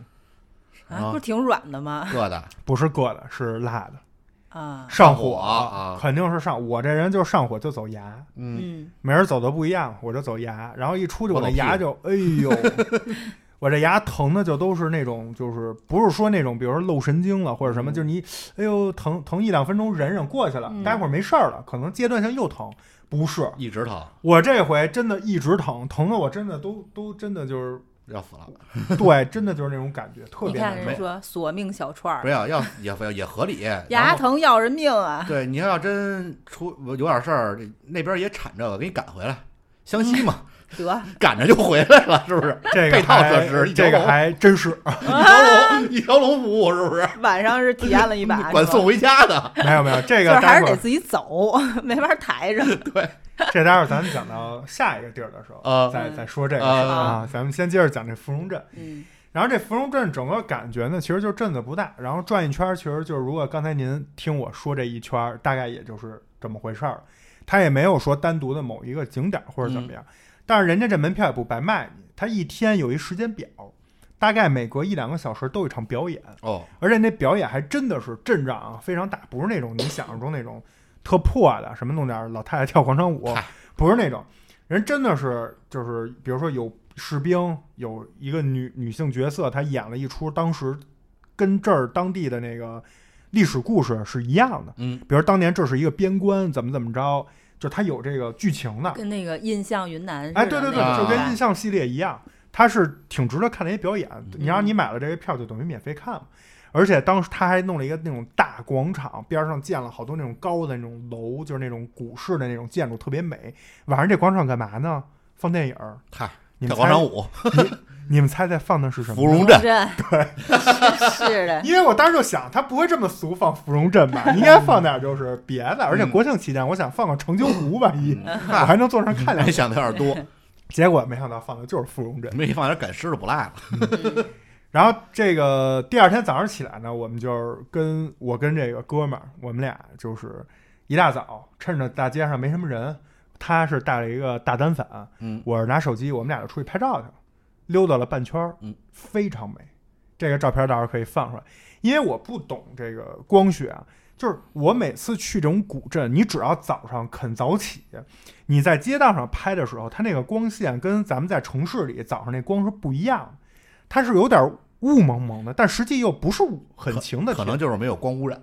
啊，不是挺软的吗？硌的，不是硌的，是辣的，啊，上火啊肯定是上。我这人就上火就走牙。嗯，嗯，每人走的不一样，我这走牙，然后一出去我我那走屁牙 <laughs> 就，哎呦，我这牙疼的就都是那种，就是不是说那种，比如说漏神经了或者什么，嗯就是你，哎呦疼疼一两分钟忍忍过去了，嗯待会儿没事儿了，可能阶段性又疼，不是，一直疼， <laughs> 我这回真的一直疼，疼的我真的都都真的就是要死了，对，真的就是那种感觉，特你别看难人受。说索命小串不儿，要要也也合理。然牙后疼要人命 <laughs> 啊！对，你要真出有点事儿，这那边也铲这个，给你赶回来，湘西嘛，得，赶着就回来了，是不 <laughs> 是？这个配套还设施一条这个龙还真是一条龙，一条龙服务，是不是？晚上是体验了 <laughs> 一把，管是吧送回家的，没有没有，这就个是还待是会得儿自己走， <laughs> 没法 <laughs> 抬着。这待会儿咱们讲到下一个地儿的时候，啊再嗯再说这个事啊儿啊。咱们先接着讲这芙蓉镇。嗯，然后这芙蓉镇整个感觉呢，其实就是镇子不大，然后转一圈儿，其实就是如果刚才您听我说这一圈儿，大概也就是这么回事儿。它也没有说单独的某一个景点儿或者怎么样，但是人家这门票也不白卖你，它一天有一时间表，大概每隔一两个小时都有一场表演，哦，而且那表演还真的是阵仗啊非常大，不是那种你想象中那种特破的，什么弄点儿老太太跳广场舞嗨，不是那种，人真的是就是，比如说有士兵，有一个女女性角色，她演了一出当时跟这儿当地的那个历史故事是一样的，嗯，比如当年这是一个边关，怎么怎么着，就它有这个剧情的，跟那个印象云南似的。哎，对对对，啊就跟印象系列一样，它是挺值得看的一表演。你让你买了这个票，就等于免费看嘛。而且当时他还弄了一个那种大广场，边上建了好多那种高的那种楼，就是那种古式的那种建筑，特别美。晚上这广场干嘛呢？放电影儿。嗨，你跳们广猜场，舞，你们猜猜放的是什芙么？蓉镇 <laughs> 镇， <laughs> 是的，因为我当时就想，他不会这么俗放芙蓉镇吧？应该放点就是别的。而且嗯国庆期间，我想放个成京湖吧，一、嗯 <laughs> 我嗨，还能坐上看两你眼。想的有点多， <laughs> 结果没想到放的就是芙蓉镇。没放点赶尸的不赖了， <laughs> 然后这个第二天早上起来呢，我们就是跟我跟这个哥们儿，我们俩就是一大早趁着大街上没什么人，他是带了一个大单反，嗯，我是拿手机，我们俩就出去拍照去了，溜达了半圈儿，嗯，非常美。这个照片到时候可以放出来，因为我不懂这个光学啊，就是我每次去这种古镇，你只要早上肯早起，你在街道上拍的时候，它那个光线跟咱们在城市里早上那光是不一样的，它是有点雾蒙蒙的，但实际又不是很晴的可天，能就是没有光污染，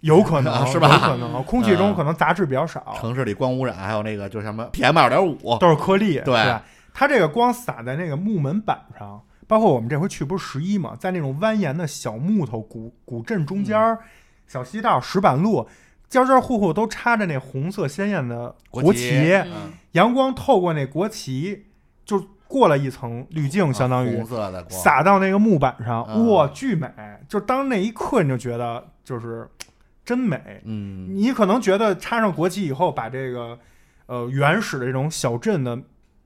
有可能、啊是吧有可能空气中嗯可能杂质比较少，城市里光污染，还有那个就是什么 PM 二点五，都是颗粒，对是吧？它这个光洒在那个木门板上，包括我们这回去不是十一嘛，在那种蜿蜒的小木头古古镇中间儿、小西道、石板路，家家户户都插着那红色鲜艳的国国旗嗯阳光透过那国旗，就过了一层滤镜，嗯相当于红色的光，洒到那个木板上，啊嗯哇，巨美！就当那一刻，你就觉得就是真美，嗯，你可能觉得插上国旗以后，把这个呃原始的这种小镇的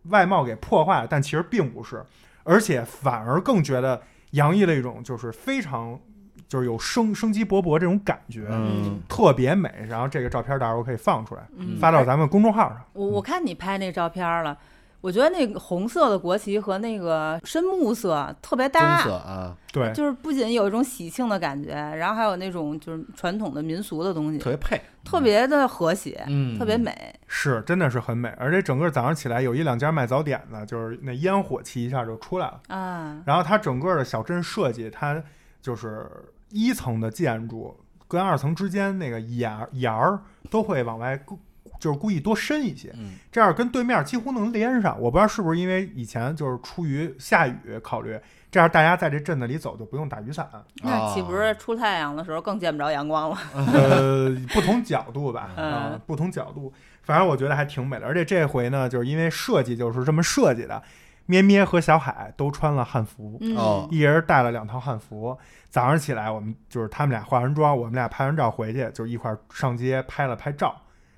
外貌给破坏了，但其实并不是，而且反而更觉得洋溢了一种就是非常就是有生生机勃勃这种感觉，嗯，特别美。然后这个照片到时候可以放出来，嗯发到咱们公众号上。我我看你拍那照片了，我觉得那个红色的国旗和那个深木色特别棕搭，色啊，对，哎就是不仅有一种喜庆的感觉，然后还有那种就是传统的民俗的东西，特别配，特别的和谐，嗯，特别，美。是真的是很美，而且整个早上起来有一两家卖早点的，就是那烟火气一下就出来了。啊，然后它整个的小镇设计，它就是一层的建筑跟二层之间那个檐儿檐儿都会往外故，就是故意多伸一些，嗯，这样跟对面几乎能连上。我不知道是不是因为以前就是出于下雨考虑，这样大家在这镇子里走就不用打雨伞。那岂不啊是出太阳的时候更见不着阳光了？呃，不同角度吧，嗯啊、不同角度，反正我觉得还挺美的。而且这回呢，就是因为设计就是这么设计的，咩咩和小海都穿了汉服，嗯，哦一人带了两套汉服。早上起来，我们就是他们俩化完妆，我们俩拍完照回去，就一块儿上街拍了拍照，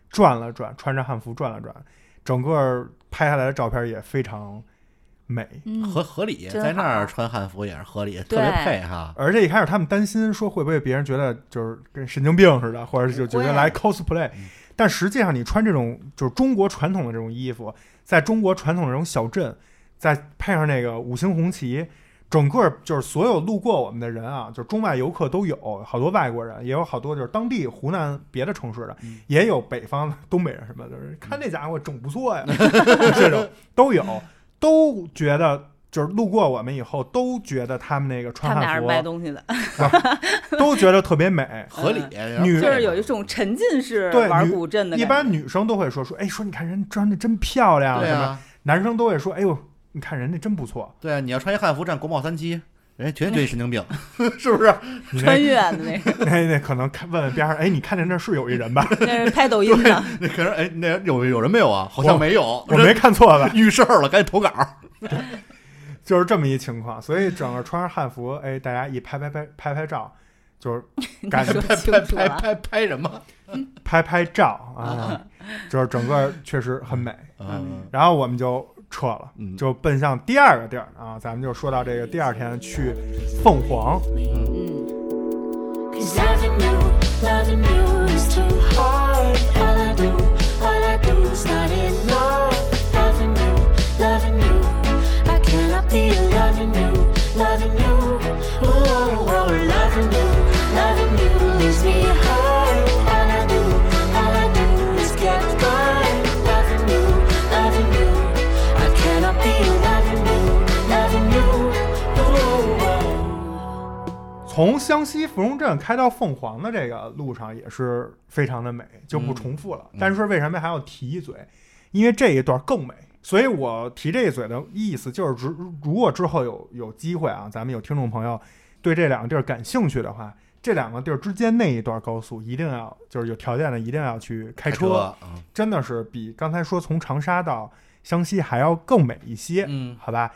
转了转，穿着汉服转了转，整个拍下来的照片也非常美。嗯合合理，真在那儿好穿汉服也是合理，特对别配哈，而且一开始他们担心说会不会别人觉得就是跟神经病似的，或者就觉得来 cosplay，嗯但实际上你穿这种就是中国传统的这种衣服，在中国传统的这种小镇，再配上那个五星红旗，整个就是所有路过我们的人啊，就是中外游客都有，好多外国人，也有好多就是当地湖南别的城市的，嗯也有北方的东北人什么的，就是看这家伙整不错呀，啊嗯这种都有，都觉得。就是路过我们以后，都觉得他们那个他穿们俩汉是服，卖东西的， <laughs> 都觉得特别美。合理，嗯女啊就是有一种沉浸式对玩女古镇的一感觉。般女生都会说说，哎，说你看人穿的真漂亮，对什么？啊，男生都会说，哎呦，你看人家真不错，对啊，你要穿一汉服站国贸三期，人家绝对觉得你神经病， <laughs> 是不是？你穿那越的 <laughs> 那个， <laughs> 那那可能看问问边上，哎，你看见那是有一人 <laughs> 吧？那是拍抖音的。那可是哎，那有有人没有啊？好像没有，我没看错吧？ <laughs> 遇事儿了，赶紧投稿。就是这么一情况，所以整个穿上汉服，哎，大家一拍拍拍拍拍照，就是 <laughs> 你感觉说拍清拍楚拍了，拍拍什么？拍拍照啊，就是整个确实很美。嗯然后我们就撤了嗯，就奔向第二个地儿啊，咱们就说到这个第二天去凤凰，嗯， Cause loving you, loving you is too hard. All I do, all I do is not enough. Loving you, loving you, I cannot be loving you, loving you. Ooh, oh, oh, loving you, loving you leaves me hurt. All I do, all I do is get burned. Loving you, loving you, I cannot be loving you, loving you. Ooh, oh, oh. 从湘西芙蓉镇开到凤凰的这个路上也是非常的美，就不重复了。但是为什么还要提一嘴？因为这一段更美。所以我提这一嘴的意思就是，如如果之后有有机会啊，咱们有听众朋友对这两个地儿感兴趣的话，这两个地儿之间那一段高速一定要就是有条件的一定要去开车，啊嗯真的是比刚才说从长沙到湘西还要更美一些。嗯好吧。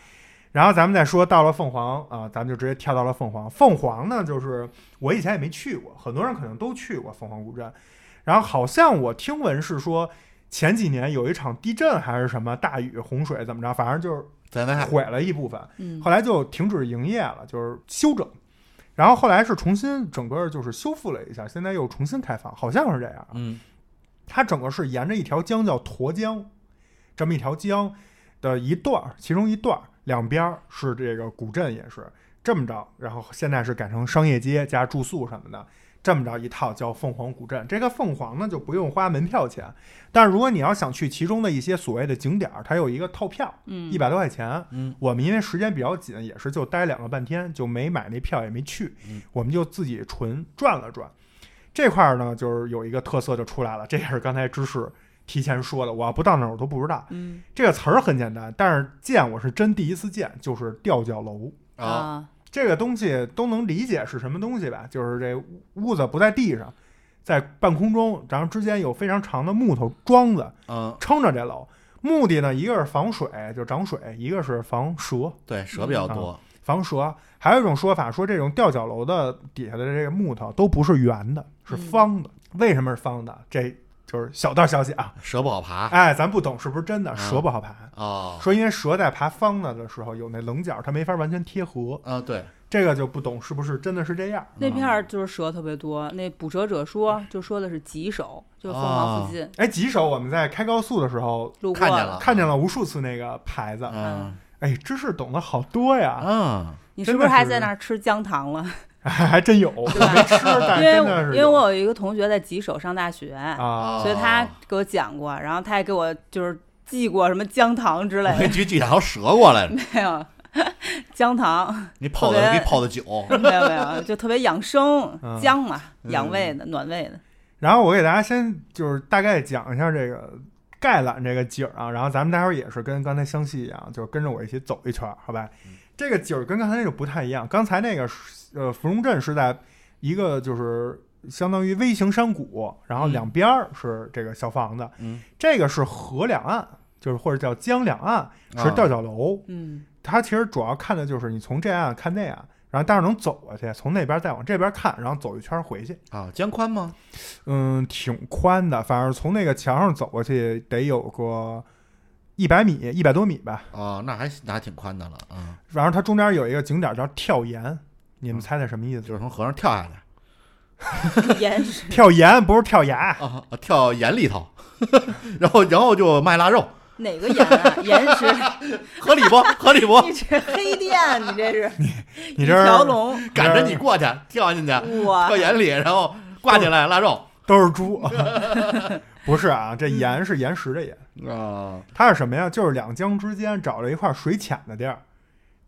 然后咱们再说到了凤凰啊、咱们就直接跳到了凤凰。凤凰呢，就是我以前也没去过，很多人可能都去过凤凰古镇。然后好像我听闻是说前几年有一场地震还是什么大雨洪水怎么着，反正就是在外毁了一部分，嗯后来就停止营业了，就是休整。然后后来是重新整个就是修复了一下，现在又重新开放，好像是这样啊。嗯它整个是沿着一条江叫沱江，这么一条江的一段儿，其中一段儿两边儿是这个古镇，也是这么着。然后现在是改成商业街加住宿什么的，这么着一套叫凤凰古镇。这个凤凰呢就不用花门票钱，但如果你要想去其中的一些所谓的景点儿，它有一个套票，嗯一百多块钱。啊嗯，我们因为时间比较紧，也是就待两个半天，就没买那票也没去，嗯我们就自己纯转了转。这块儿呢，就是有一个特色就出来了，这也是刚才知识提前说的，我要不到那儿我都不知道。嗯这个词儿很简单，但是见我是真第一次见，就是吊脚楼。啊，啊，这个东西都能理解是什么东西吧？就是这屋屋子不在地上，在半空中，然后之间有非常长的木头桩子嗯，撑着这楼。目的呢，一个是防水，就涨水；一个是防蛇，对，蛇比较啊多，防蛇。还有一种说法说，这种吊脚楼的底下的这个木头都不是圆的，嗯是方的。为什么是方的？这就是小道消息啊！蛇不好爬哎，咱不懂是不是啊真的，蛇不好爬。哦，说因为蛇在爬方的的时候有那棱角，它没法完全贴合，嗯，对，这个就不懂是不是真的是这样。那嗯片儿就是蛇特别多。那捕蛇者说，就说的是棘手，就是凤凰附近哎，棘手我们在开高速的时候路过啊看见了。看见了无数次那个牌啊子，嗯哎，知识懂得好多呀，嗯，你是不是还在那儿吃姜糖了？还还真有，我没吃，但 <laughs> 因是真为我的是因为有我有一个同学在棘手上大学，啊，所以他给我讲过，然后他也给我就是寄过什么姜糖之类没举几条蛇过来，的， <laughs> 没 <laughs> 有姜糖，你泡的给泡的酒，没有没有，就特别养生嗯，姜嘛，养胃的、暖胃的。然后我给大家先就是大概讲一下这个概览这个景儿啊，然后咱们待会儿也是跟刚才湘西一样，就是跟着我一起走一圈儿，好吧？这个景儿跟刚才那个不太一样，刚才那个是呃芙蓉镇是在一个就是相当于微型山谷，然后两边儿是这个小房子，嗯这个是河两岸，就是或者叫江两岸啊是吊脚楼， <laughs> 嗯它其实主要看的就是你从这岸看那岸。然后，但是能走过去，从那边再往这边看，然后走一圈儿回去。啊，姜宽吗？嗯，挺宽的，反正从那个墙上走过去得有个一百米、一百多米吧。哦，那还那还挺宽的了，嗯，反正它中间有一个景点叫跳岩，你们猜猜什么意思？就是从河上跳下来盐是跳岩不是跳崖，啊，跳盐里头， <laughs> 然后然后就卖腊肉，哪个盐啊？盐是？合理 <laughs> 不？合理不你这黑店，你这是你一这条儿龙，赶着你过去，跳进去，哇跳！眼里，然后挂进来腊肉都是猪， <laughs> 不是啊？这岩是岩石的岩，啊，它是什么呀？就是两江之间找了一块水浅的地儿，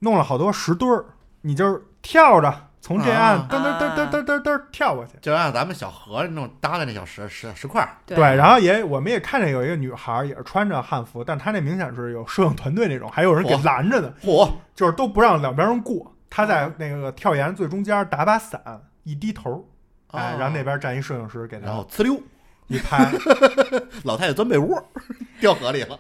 弄了好多石墩儿，你就是跳着从这岸啊噔噔噔噔噔噔噔跳过去。就按咱们小河那种搭的那小石石石块儿，对然后也我们也看见有一个女孩儿也是穿着汉服，但她那明显是有摄影团队那种，还有人给嚯嗯拦着呢，嚯，就是都不让两边人过。她在那个跳崖最中间打把伞，一低头，哎，哦然后那边站一摄影师给然她后呲溜，一 <laughs> 拍。老太太钻被窝 <laughs> 掉河里了，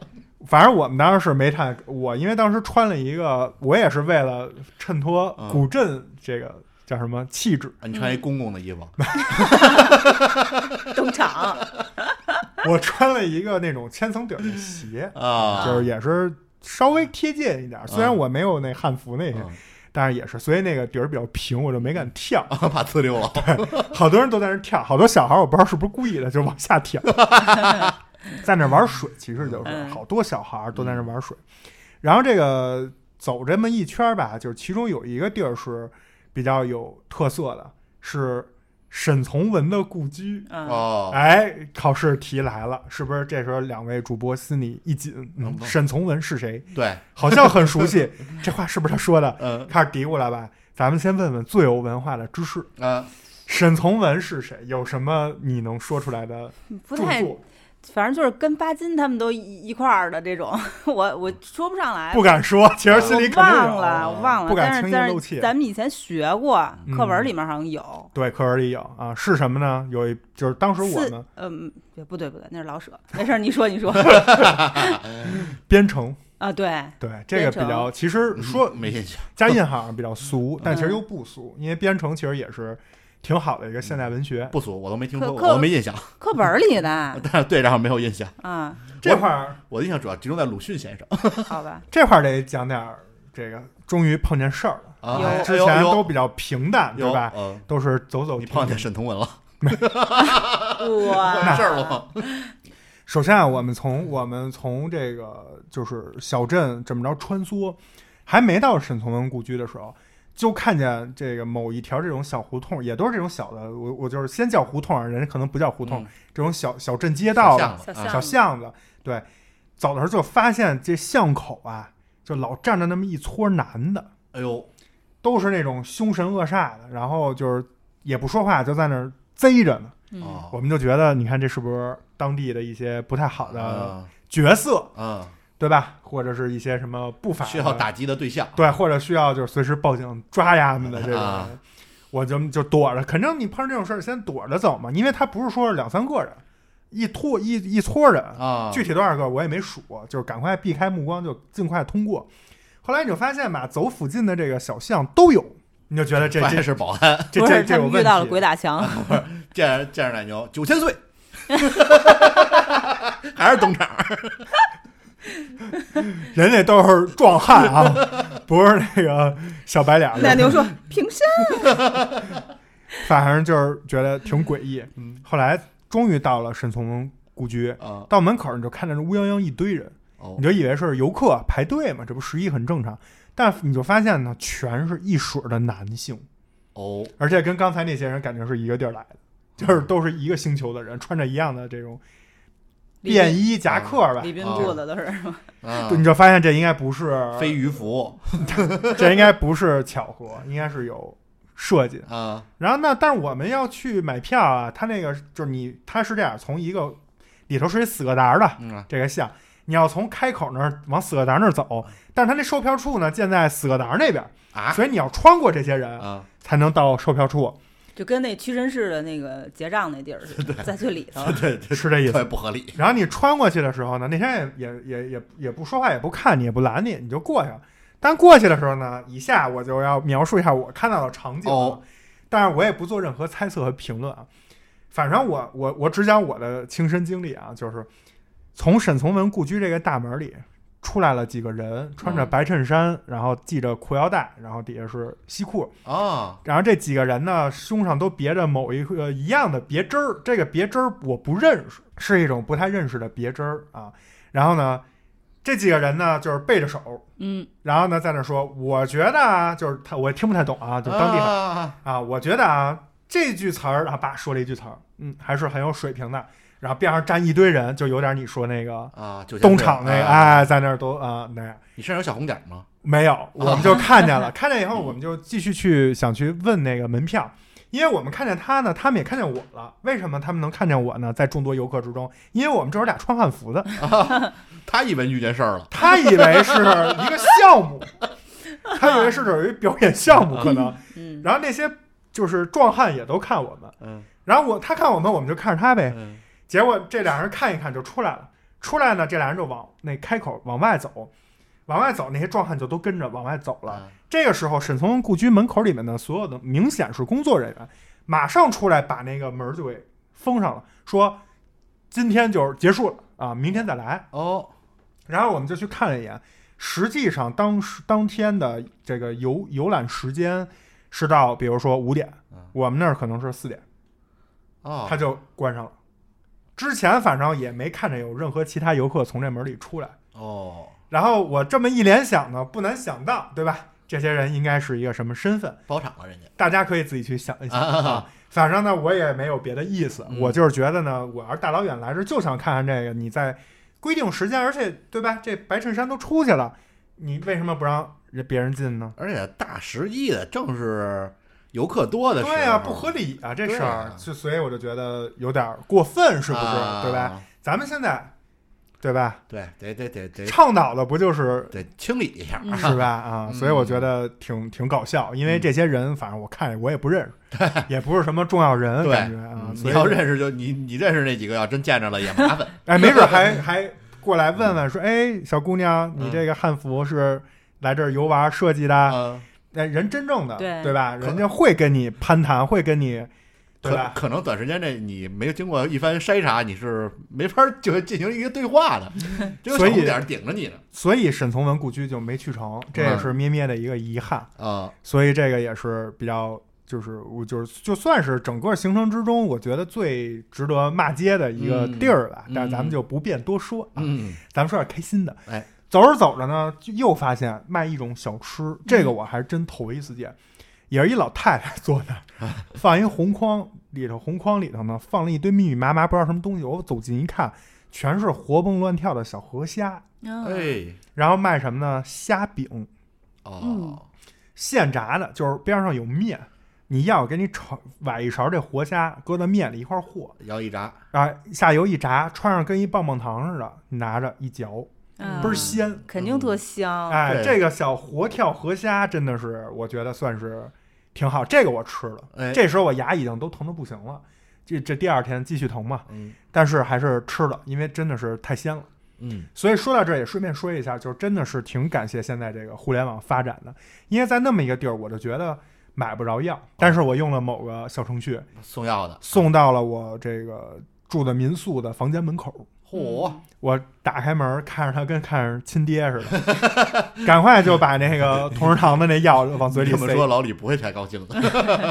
反正我们当时是没看，我因为当时穿了一个，我也是为了衬托嗯古镇这个叫什么气质， <laughs> 啊你穿一公公的衣服，登场，我穿了一个那种千层底儿的 <laughs> 鞋，啊，就是也是稍微贴近一点儿，虽然我没有那汉服那些，嗯但是也是，所以那个底儿比较平，我就没敢跳。怕呲 <laughs> 溜了，好多人都在那儿跳，好多小孩儿我不知道是不是故意的，就往下跳， <laughs> 在那儿玩水，其实就是嗯好多小孩儿都在那儿玩水。然后这个走这么一圈儿吧，就是其中有一个地儿是比较有特色的，是沈从文的故居。嗯，哦，哎，考试题来了，是不是？这时候两位主播心里一紧，嗯嗯沈从文是谁？对，好像很熟悉， <laughs> 这话是不是他说的？嗯开始嘀咕了吧？咱们先问问最有文化的知识，啊，沈从文是谁？有什么你能说出来的不著太，作？反正就是跟巴金他们都一一块儿的这种，我我说不上来，不敢说，其实心里哎肯我定忘有。哦了，我忘了，不敢但轻易是但露是怯咱们以前学过，嗯课文里面好像有。对，课文里有啊，是什么呢？有一就是当时我四们嗯，对不对不对，那是老舍。没事儿，你说你 <laughs> 说编程，啊，对，对这个比较，其实说嗯没印象，加印好像比较嗯俗，但其实又不俗，因为编程其实也是挺好的一个现代文学。不俗，我都没听说可过，可我都没印象， <laughs> 课本里 <laughs> 的但是对，然后没有印象，啊，这块儿我的印象主要集中在鲁迅先生好 <laughs> 吧，这块儿得讲点儿这个，终于碰见事儿了。啊，有哎之前都比较平淡，有对吧？嗯，都是走走你停碰见停。沈从文了，哇，啊 <laughs> 事儿了，首先啊，我们从我们从这个就是小镇这么着穿梭，还没到沈从文故居的时候，就看见这个某一条这种小胡同，也都是这种小的，我我就是先叫胡同啊，人家可能不叫胡同，嗯这种小小镇街道啊吧小巷子小巷小巷子。对，走的时候就发现这巷口啊，就老站着那么一撮男的，哎呦，都是那种凶神恶煞的，然后就是也不说话，就在那儿贼着呢。嗯，我哦，们就觉得，你看这是不是当地的一些不太好的嗯角色，嗯，对吧？或者是一些什么不法的需要打击的对象，对，或者需要就是随时报警抓呀他们的这种人，啊我就就躲着。肯定你碰上这种事儿，先躲着走嘛，因为他不是说是两三个人，一拖一一撮人，啊，具体多少个我也没数，就是赶快避开目光，就尽快通过。后来你就发现吧，走附近的这个小巷都有，你就觉得这发这现是保安，这不这是这他有们问遇题啊到了鬼打墙，见着见着奶牛九千 <laughs> 岁，还是登场，人家都是壮汉啊， <laughs> 不是那个小白脸儿。奶牛说平身，反正就是觉得挺诡异。嗯后来终于到了沈从文故居，啊，到门口儿你就看着乌泱泱一堆人，哦你，就以为是游客排队嘛，这不十一很正常。但你就发现呢，全是一水儿的男性，哦，而且跟刚才那些人感觉是一个地儿来的，就是都是一个星球的人，穿着一样的这种便衣夹克吧李。嗯斌布的都是，啊对，你就发现这应该不是飞鱼服这应该不是巧合，应该是有设计的。啊，然后呢，但是我们要去买票啊，它那个就是你，它是这样，从一个里头是一死个达儿的嗯啊这个巷，你要从开口那儿往死个达儿那儿走，但是它那售票处呢建在死个达儿那边，啊所以你要穿过这些人啊，才能到售票处，就跟那屈臣氏的那个结账那地儿似的，在最里头，对对，是这意特别思。不合理，然后你穿过去的时候呢，那些人也也也也也不说话，也不看你，也不拦你，你就过去了。但过去的时候呢，以下我就要描述一下我看到的场景了，哦但是我也不做任何猜测和评论啊。反正我我我只讲我的亲身经历啊，就是从沈从文故居这个大门里出来了几个人，穿着嗯白衬衫，然后系着裤腰带，然后底下是西裤，啊，然后这几个人呢，胸上都别着某一个呃一样的别针儿，这个别针儿我不认识，是一种不太认识的别针儿啊。然后呢，这几个人呢就是背着手， <laughs> 嗯，然后呢在那说，我觉得啊，就是他我也听不太懂啊，就当地话啊啊，我觉得啊这句词儿啊，爸说了一句词儿，嗯，还是很有水平的。然后边上站一堆人，就有点你说那个啊，就东厂那个，啊，哎，在那儿都啊那样。你身上有小红点儿吗？没有，我们就看见了，看见以后我们就继续去想去问那个门票，因为我们看见他呢，他们也看见我了。为什么他们能看见我呢？在众多游客之中，因为我们这会儿俩穿汉服的，他以为遇见事儿了，他以为是一个项目，他以为是有一表演项目可能。嗯，然后那些就是壮汉也都看我们，嗯然后我他看我们，我们就看着他呗。嗯结果这俩人看一看就出来了，出来呢，这俩人就往那开口往外走，往外走，那些壮汉就都跟着往外走了。啊这个时候，沈从文故居门口里面的所有的明显是工作人员，马上出来把那个门儿就给封上了，说今天就是结束了啊，明天再来。哦，然后我们就去看了一眼，实际上当时当天的这个游游览时间是到，比如说五点嗯，我们那儿可能是四点，哦，他就关上了。之前反正也没看着有任何其他游客从这门里出来。哦，然后我这么一联想呢，不难想到，对吧？这些人应该是一个什么身份？包场了人 <laughs> 家大家可以自己去想一想啊啊。反正呢，我也没有别的意思，嗯我就是觉得呢，我要是大老远来这儿就想看看这个。你在规定时间，而且对吧？这白衬衫都出去了，你为什么不让人别人进呢？而且大十一的正是游客多的时候，对呀、不合理啊，这事对儿啊。就所以我就觉得有点过分，是不是？啊对吧？？咱们现在，对吧？对，得得得得倡导的不就是得清理一下，是吧？啊，哎嗯所以我觉得挺挺搞笑，因为这些人，反正我看我也不认 <laughs> 识，也不是什么重要人， <laughs> 对感觉啊嗯，所你以要认识就你你认识那几个，要真见着了也 <laughs> 麻烦。哎，没准 <laughs> 还还过来问问说，哎，小姑娘，你这个汉服是来这儿游玩设计的？嗯，那人真正的对对吧？人家会跟你攀谈，会跟你对可吧？可能短时间内你没经过一番筛查，你是没法就进行一个对话 <laughs> 的，只有小所以红点儿顶着你呢所以沈从文故居就没去成，这嗯也是咩咩的一个遗憾。啊所以这个也是比较。就是我就是就算是整个行程之中，我觉得最值得骂街的一个嗯地儿吧，嗯但是咱们就不便多说啊。嗯咱们说点开心的。哎，走着走着呢，就又发现卖一种小吃，这个我还真头一次见，也是一老太太坐那儿，放一红筐，里头红筐里头呢放了一堆密密麻麻不知道什么东西，我走近一看，全是活蹦乱跳的小河虾，嗯哎然后卖什么呢？虾饼，哦嗯现炸的，就是边上有面。你要给你炒崴一勺这活虾，搁到面里一块儿和，摇一炸啊，下油一炸，穿上跟一棒棒糖似的，你拿着一嚼，嗯倍儿鲜。肯定特香。哎，对这个小活跳河虾真的是，我觉得算是挺好。这个我吃了，哎这时候我牙已经都疼的不行了，这这第二天继续疼嘛，嗯但是还是吃了，因为真的是太鲜了。嗯所以说到这儿也顺便说一下，就是真的是挺感谢现在这个互联网发展的，因为在那么一个地儿，我就觉得买不着药，但是我用了某个小程序送药的，送到了我这个住的民宿的房间门口。嗯嚯我打开门，看着他跟看着亲爹似的， <laughs> 赶快就把那个同仁堂的那药往嘴里这么说塞。老李不会太高兴的， <laughs>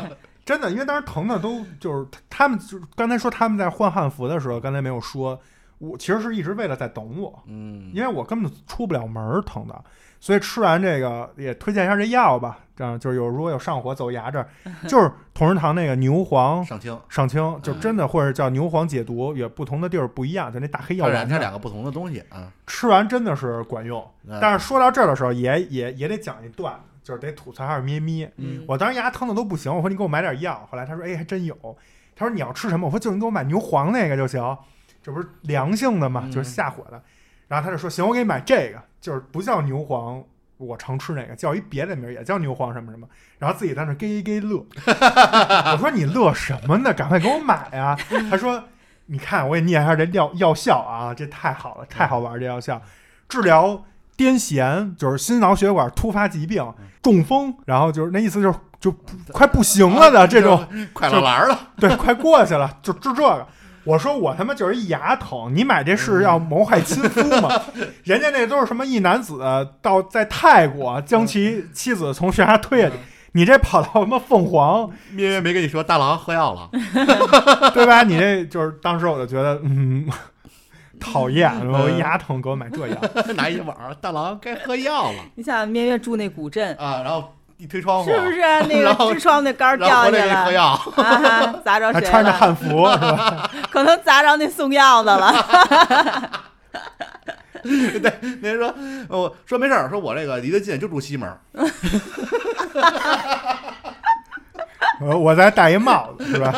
真的，因为当时疼的都就是他他们就是刚才说他们在换汉服的时候，刚才没有说，我其实是一直为了在等我，嗯因为我根本出不了门儿，疼的。所以吃完这个也推荐一下这药吧，这样就是有如果有上火走 <laughs> 牙这儿，就是同仁堂那个牛黄上清。上清，就真的或者叫牛黄解毒，也不同的地儿不一样，就那大黑药它丸两子它两个不同的东西啊，吃完真的是管用。嗯但是说到这儿的时候，也也也得讲一段，就是得吐槽一下咩咩。嗯我当时牙疼的都不行，我说你给我买点药。后来他说，哎，还真有。他说你要吃什么？我说就你给我买牛黄那个就行，这不是凉性的嘛，嗯就是下火的。然后他就说行，我给你买这个，就是不叫牛黄，我常吃那个，叫一别的名儿也叫牛黄什么什么。然后自己在那儿咯咯 <laughs> 乐，我说你乐什么呢？赶快给我买 <laughs> 啊！他说。你看，我给念一下这药药效啊，这太好了，太好玩儿！这药效，治疗癫痫，就是心脑血管突发疾病、中风，然后就是那意思就是就快不行了啊的 <laughs> 这种，快乐篮儿了， <laughs> 对，快过去了，就治这个。我说我他妈就是一牙疼，你买这是要谋害亲夫吗？人家那都是什么一男子到在泰国将其妻子从悬崖推下去，你这跑到什么凤凰，嗯咩咩没跟你说大郎喝药了， <laughs> <laughs> 对吧？你这就是当时我就觉得，嗯，讨厌，我牙疼 <laughs> 给我买这药，拿一碗儿，大郎该喝药了你想咩咩住那古镇，啊，然后一推哦窗户，是不是啊 <laughs> 那然个后支窗那杆儿然后掉回来下给你喝来，药， <laughs> 啊哈，砸着还谁穿着了？汉服是吧？可能砸着那送药 <laughs> 的了。那人说，我说没事儿，说我这个离得近，就住西门儿，我我再戴一帽子是 <laughs> 吧？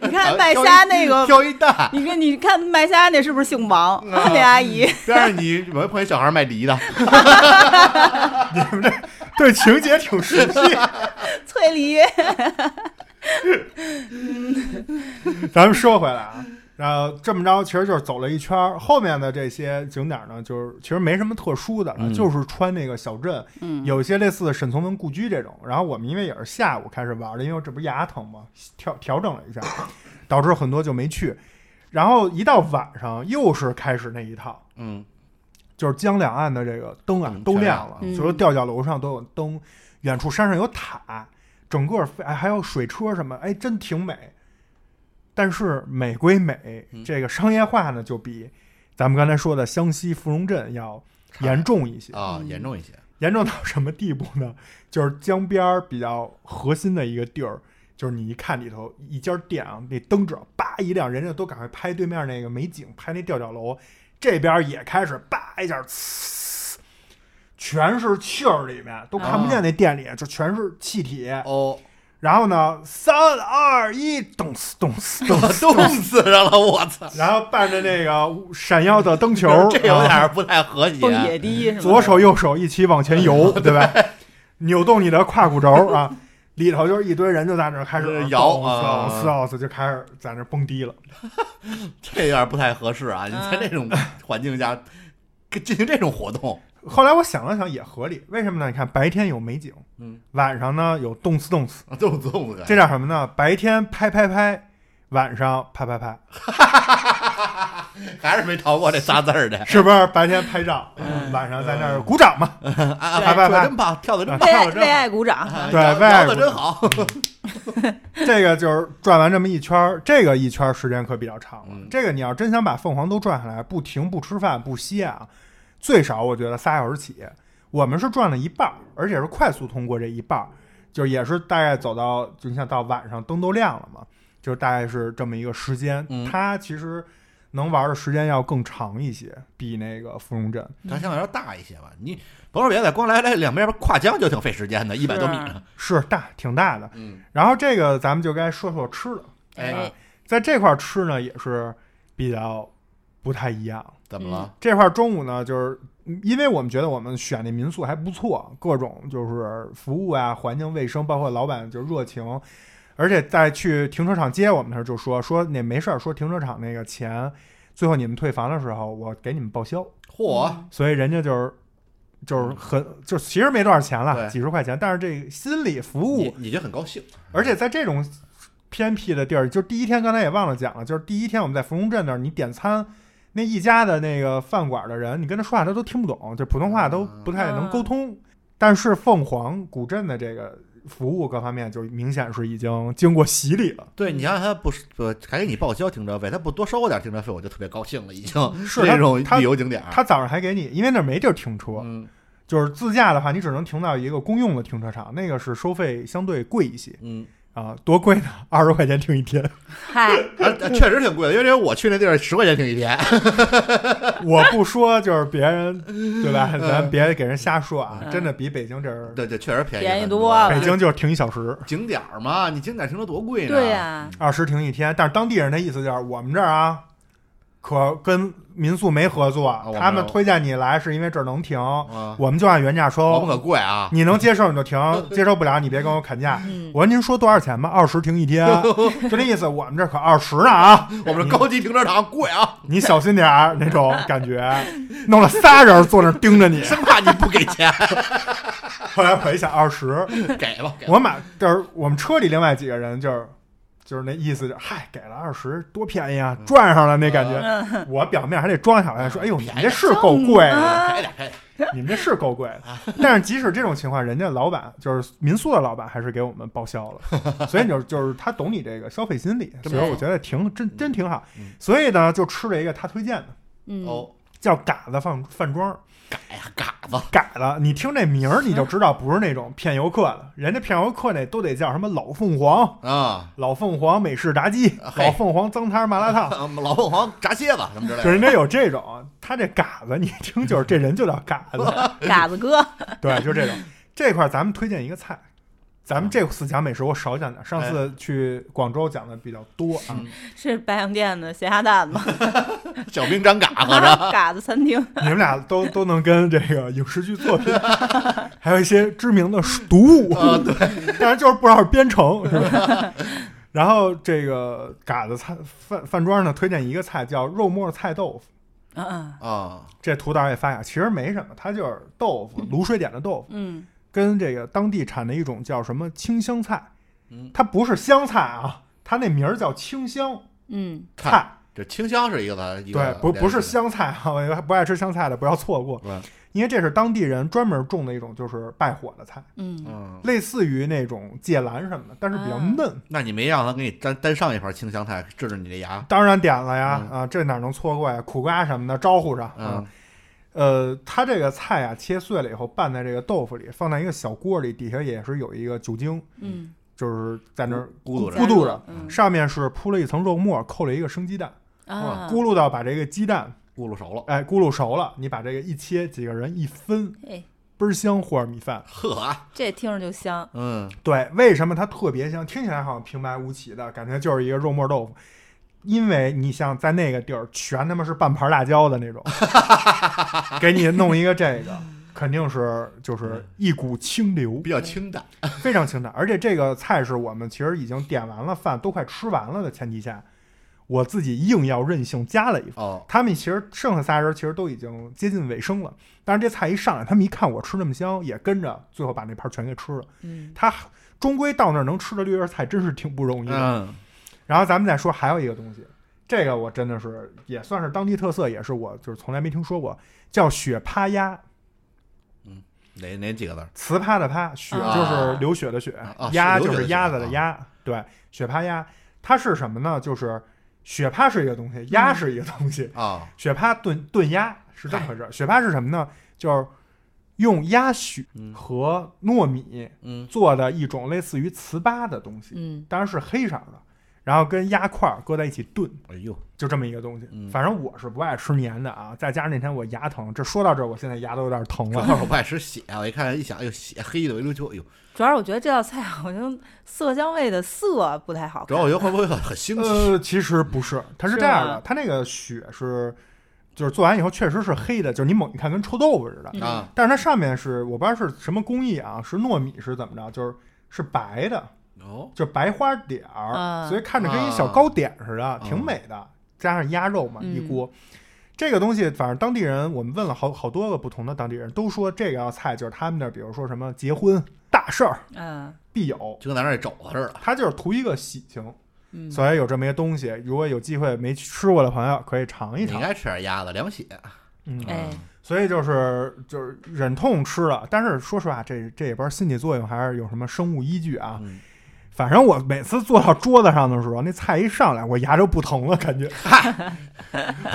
你看卖虾那啊 <laughs> 个，啊挑一 <laughs> 蛋，你看你看卖虾那是不是姓王？那阿姨，边上你有没碰见小孩卖梨的？对情节挺熟悉。 <laughs> 翠梨，咱们说回来啊，然后这么着其实就是走了一圈儿，后面的这些景点儿呢，就是其实没什么特殊的了，嗯就是穿那个小镇，嗯有一些类似沈从文故居这种。然后我们因为也是下午开始玩的，因为我这不是牙疼嘛，调调整了一下，导致很多就没去。然后一到晚上又是开始那一套，嗯，就是江两岸的这个灯啊嗯都全亮亮了，了就是吊脚楼上都有灯，远处山上有塔，整个哎还有水车什么，哎真挺美。但是美归美，嗯这个商业化呢就比咱们刚才说的湘西芙蓉镇要严重一些。啊，嗯严重 <laughs> 一些，严重到什么地步呢？ <laughs> 就是江边儿比较核心的一个地儿，就是你一看里头一家店啊，那灯只要叭一亮，人家都赶快拍对面那个美景，拍那吊脚楼。这边儿也开始叭一下，呲全是气儿，里面都看不见那店里，就全是气体。哦，然后呢，三二一，咚呲咚呲咚呲，冻死人了，我操！然后伴着那个闪耀的灯球， <laughs> 这有啊点儿不太和谐啊蹦，野迪是 <laughs> 吗？左手右手一起往前 <laughs> 游，对吧？扭动你的胯骨轴啊，里头就是一堆人就在那儿开始呃摇啊啊，死奥斯就开始在那儿蹦迪了。这有点儿不太合适啊！你在这种环境下进行这种活动，后来我想了想也合理，为什么呢？你看白天有美景，嗯，晚上呢有动次动次，冻死冻死这叫什么呢？白天拍拍拍，晚上拍拍哎拍，还是没逃过这仨字儿的。是不是？白天拍照，嗯晚上在那儿鼓掌嘛，啊，拍拍说拍真棒，跳的真棒，为跳爱得真为好爱鼓掌，啊对摇为爱摇的鼓真掌好。 <laughs> 这个就是转完这么一圈儿，这个一圈儿时间可比较长了。嗯这个你要真想把凤凰都转下来，不停不吃饭不歇啊，最少我觉得仨小时起。我们是转了一半儿，而且是快速通过这一半儿，就是也是大概走到，就你像到晚上灯都亮了嘛，就是大概是这么一个时间。嗯它其实能玩的时间要更长一些，比那个芙蓉镇它相对来说大一些吧。你甭说别的，光来来两边跨江就挺费时间的，一百多米呢。是大挺大的。嗯，然后这个咱们就该说说吃的。哎啊，在这块儿吃呢也是比较不太一样。怎么了？这块儿中午呢，就是嗯因为我们觉得我们选的民宿还不错，各种就是服务啊、环境卫生，包括老板就热情，而且在去停车场接我们的时候就说说那没事儿，说停车场那个钱，最后你们退房的时候我给你们报销，嚯，所以人家就是。就是很，就其实没多少钱了，对几十块钱，但是这个心理服务你你就很高兴。而且在这种偏僻的地儿，就第一天刚才也忘了讲了，就是第一天我们在芙蓉镇那儿，你点餐，那一家的那个饭馆的人，你跟他说话他都听不懂，就普通话都不太能沟通。但是凤凰古镇的这个服务各方面，就明显是已经经过洗礼了，对你想想，他不是不还给你报销停车费，他不多收我点停车费，我就特别高兴了，已经是这他种他旅游景点儿。他早上还给你，因为那儿没地儿停车，啊嗯就是自驾的话，你只能停到一个公用的停车场，那个是收费相对贵一些嗯，啊，多贵呢？二十块钱停一天。嗨，啊啊确实挺贵的，因为我去那地儿十块钱停一天。 <laughs> 我不说就是别人，对吧？咱别给人瞎说啊！真的比北京这儿，嗯对对，确实便宜便宜很啊多了北京就是停一小时，景点儿嘛，你景点儿停车多贵呢？对呀，二十停一天。但是当地人的意思就是，我们这儿啊，可跟民宿没合作，啊我们他们推荐你来是因为这儿能停，啊，我们就按原价我们收。可贵啊！你能接受你就 <laughs> 停，接受不了你别跟我砍价。嗯我说您说多少钱吧？二十停一 <laughs> 天，就那意思。我们这儿可二十呢啊，我们这高级停车场贵啊，你小心点儿那种感觉。弄了仨人坐那儿盯 <laughs> 着你。生怕你不给钱，后来我一想，二十， <laughs> 给吧，给吧。我买就是我们车里另外几个人就是就是那意思就是嗨给了二十多便宜啊，赚上了那感觉。我表面还得装小来说，哎呦，你们这是够贵的， <laughs> 啊开点，开点，你们这是够贵的。但是即使这种情况，人家老板就是民宿的老板还是给我们报销了，所以你就就是他懂你这个消费心理，所以我觉得挺真真挺好嗯。所以呢，就吃了一个他推荐的，嗯，哦，叫嘎子饭饭庄，哎呀，嘎子，嘎子，你听这名儿你就知道不是那种骗游客的，人家骗游客那都得叫什么老凤凰、啊，老凤凰美式炸鸡、啊嘿老凤凰脏摊麻辣 <laughs> 烫，啊老凤凰炸蝎子什么之类就的，人家有这种，他这嘎子，你一听就是这人就叫嘎 <laughs> 子，嘎子哥，对，就是这种。这块儿咱们推荐一个菜，咱们这次讲美食我少哎讲点，上次去广州讲的比较多啊。嗯是白洋淀的咸鸭 <laughs> 蛋吗？小兵张嘎子 <laughs> 是吧？ <laughs> 嘎子餐厅，你们俩都都能跟这个影视剧 <laughs> 作品，还有一些知名的读物，啊对， <laughs> 但是就是不知道是编 <laughs> 程是吧？然后这个嘎子菜饭饭庄呢，推荐一个菜叫肉末菜豆腐。嗯嗯啊，这图导也发呀，其实没什么，它就是豆腐，卤水点的豆腐，嗯，跟这个当地产的一种叫什么清香菜嗯，它不是香菜啊，它那名儿叫清香嗯，菜，这清香是一个咱一对个，不不是香菜啊，我还不爱吃香菜的不要错过嗯，因为这是当地人专门种的一种就是败火的菜，嗯，嗯，类似于那种芥兰什么的，但是比较啊嫩。那你没让他给你单单上一盘清香菜治治你这牙，当然点了呀，嗯啊，这哪能错过呀？苦瓜什么的招呼上啊嗯。呃，它这个菜啊，切碎了以后拌在这个豆腐里，放在一个小锅里，底下也是有一个酒精，嗯，就是在那儿咕嘟咕着，嘟着，嗯上面是铺了一层肉末，扣了一个生鸡蛋，啊，嗯咕噜到把这个鸡蛋，咕噜熟了，哎，咕噜熟了，你把这个一切，几个人一分，嘿，倍儿香糊儿米饭。呵啊，哎这听着就香，嗯，对，为什么它特别香？听起来好像平白无奇的感觉，就是一个肉末豆腐。因为你像在那个地儿，全他妈是半盘辣椒的那种，给你弄一个这个，肯定是就是一股清流比，较清淡，非常清淡。而且这个菜是我们其实已经点完了饭，都快吃完了的前提下，我自己硬要任性加了一份。哦，他们其实剩下仨人其实都已经接近尾声了，但是这菜一上来，他们一看我吃那么香，也跟着最后把那盘全给吃了。嗯，他终归到那儿能吃的绿叶菜，真是挺不容易的。嗯，然后咱们再说还有一个东西，这个我真的是也算是当地特色，也是我就是从来没听说过，叫雪趴鸭，哪哪几个字儿？糍粑的粑，雪啊就是流血的血，啊鸭是流就血的是血鸭子的鸭，对，雪趴鸭，它是什么呢？就是雪趴是一个东西，嗯鸭是一个东西，啊，雪趴炖炖鸭是这么回事儿。雪趴是什么呢？就是用鸭血嗯和糯米嗯，做的一种类似于糍粑的东西，嗯，当然是黑色的，然后跟鸭块儿搁在一起炖，哎呦，就这么一个东西。嗯反正我是不爱吃黏的啊，再加上那天我牙疼，这说到这儿，我现在牙都有点疼主了。要是我不爱吃血，我一看一想，哎呦，血黑的我一溜秋，哎呦，主要是我觉得这道菜好像色香味的色不太好主看要我觉得会不会很很腥气？呃，其实不是，它是是这样吗的，它那个血是，就是做完以后确实是黑的，就是你猛一看跟臭豆腐似的，嗯啊，但是它上面是我不知道是什么工艺啊，是糯米是怎么着，就是是白的，哦，就白花点儿，啊所以看着跟一啊小糕点似的，挺美的。加上鸭肉嘛，嗯一锅。这个东西，反正当地人，我们问了好好多个不同的当地人，都说这个菜就是他们那儿，比如说什么结婚大事儿嗯必有，就跟咱这儿肘子似的，它就是图一个喜庆，嗯，所以有这么一个东西。如果有机会没吃过的朋友，可以尝你一应尝。该吃点鸭子凉血， <laughs> 嗯，哎，所以就是就是忍痛吃了，但是说实话，这这也不知道心理作用还是有什么生物依据啊。嗯反正我每次坐到桌子上的时候，那菜一上来，我牙就不疼了， <laughs> 感觉，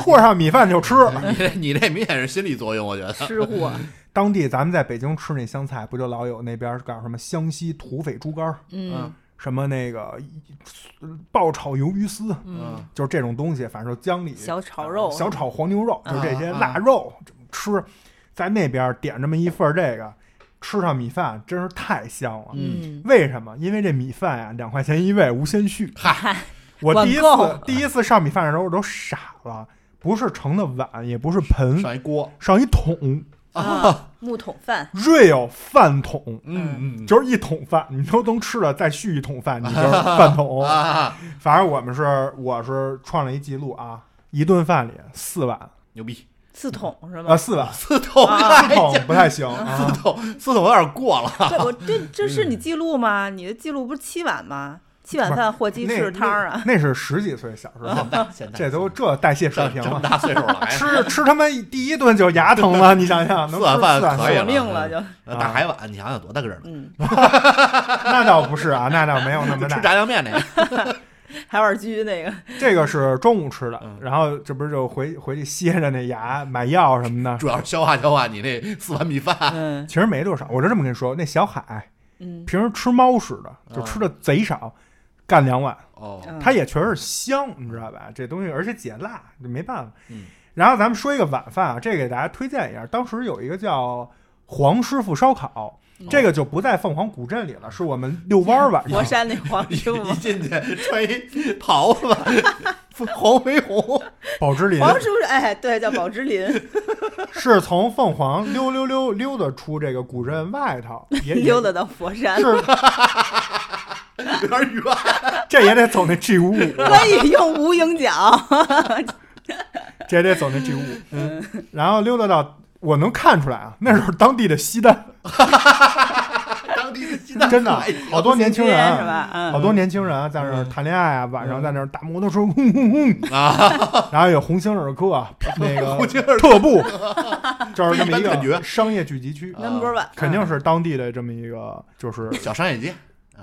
和上米饭就吃。你这你这明显是心理作用，我觉得。呃吃货，当地咱们在北京吃那湘菜，不就老有那边搞什么湘西土匪猪肝儿，嗯什么那个呃爆炒鱿鱼丝，嗯，就是这种东西，反正江里小炒肉，呃小炒黄牛肉，就这些啊啊腊肉，这么吃，在那边点这么一份儿这个，吃上米饭真是太香了。嗯，为什么？因为这米饭呀，两块钱一位，无限续。嗨，我第一次网购第一次上米饭的时候，我都傻了，不是盛的碗，也不是盆，上一锅，上一桶啊，木桶饭， real 饭桶，嗯 <laughs> 嗯就是一桶饭，你都能吃了，再续一桶饭，你 <laughs> 就是饭桶。啊，反正我们是我是创了一记录啊，一顿饭里四碗，牛逼，四桶是呃吗？四碗，四桶四桶不太行啊。四桶四桶有点过了， <laughs> 对， <laughs> 我这这是嗯你记录吗？你的记录不是七碗吗？七碗饭和鸡那翅汤啊，那，那是十几岁小时啊候，现在这都这代谢水上平这么了。大岁数了，哎吃吃他妈第一顿就牙疼 <laughs> 了，你想想，能吃四碗饭四碗可以索了呃命了就，啊大海碗，你想想多大个人了，嗯， <laughs> 那倒不是啊，那倒没有那么吃大。炸酱面那个， <laughs> 海碗居那个，这个是中午吃的嗯，然后这不是就回回去歇着那牙，买药什么的。主要是消化消化你那四碗米啊饭。嗯其实没多少，我就这么跟你说，那小海嗯平时吃猫食的，嗯就吃的贼少，干两碗，哦，嗯它也确实是香，你知道吧？这东西而且解辣，这没办法。嗯然后咱们说一个晚饭啊，这给大家推荐一下，当时有一个叫黄师傅烧哦烤，这个就不在凤凰古镇里了，是我们遛弯儿晚上 <laughs> 佛山那黄一师傅一，进去穿一袍子，黄飞鸿，宝芝林黄师傅哎，对，叫宝芝林，是从凤凰溜溜溜溜达出这个古镇外 <laughs> 头， <laughs> 也也溜达到佛山，是啊有点远。这也得走那 G 五五，可以用无影脚，这也得走那 G <laughs> 五。嗯，然后溜达到，我能看出来啊，那时候当地的西单，当地的鸡蛋真的还行好多 <laughs> 年轻人街 <laughs> 是啊，吧？嗯，好多年轻人啊，在那嗯儿谈恋爱啊，晚上在那儿打摩托车，轰轰轰，啊，然后有红星尔 <laughs> 克啊，那胡个劲儿特 <laughs> 步，就是这么一一般感个觉啊商业聚集区，南波吧，啊肯定是当地的这么一个就是小商业街，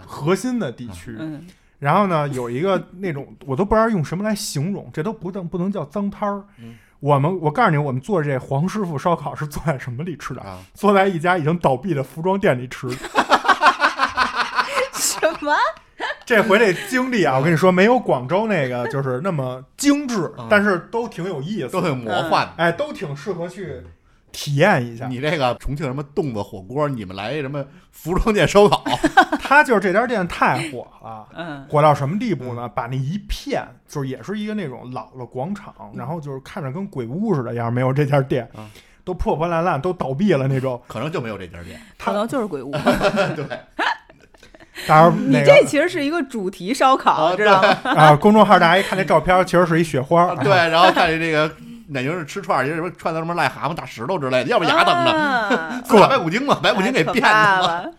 核心的地区。嗯， <laughs> 然后呢，有一个那种我都不知道用什么来形容，这都不能不能叫脏摊儿。嗯我们我告诉你，我们做这黄师傅烧烤是坐在什么里吃的？啊坐在一家已经倒闭的服装店里吃。什么？这回这经历啊，我跟你说，没有广州那个就是那么精致嗯，但是都挺有意思嗯都，很魔幻。哎，都挺适合去体验一嗯下。你这个重庆什么粽子火锅，你们来一什么服装店烧烤，他就是这家店太火了。嗯火到什么地步呢？把那一片就是也是一个那种老的广嗯场，然后就是看着跟鬼屋似的，要是没有这家店啊，都破破烂烂，都倒闭了那种。可能就没有这家店。可能就 <laughs> 是鬼屋。当然 <laughs> 你那这个其实是一个主题烧烤，啊知道吗？啊，公众号大家一看这照片，其实是一雪啊花。对，，然后看见这个奶牛是吃串儿，也是什么串的什么癞蛤蟆、大石头之类的，要不牙疼的。啊过来白骨精嘛，白骨精给太可变怕的嘛。了。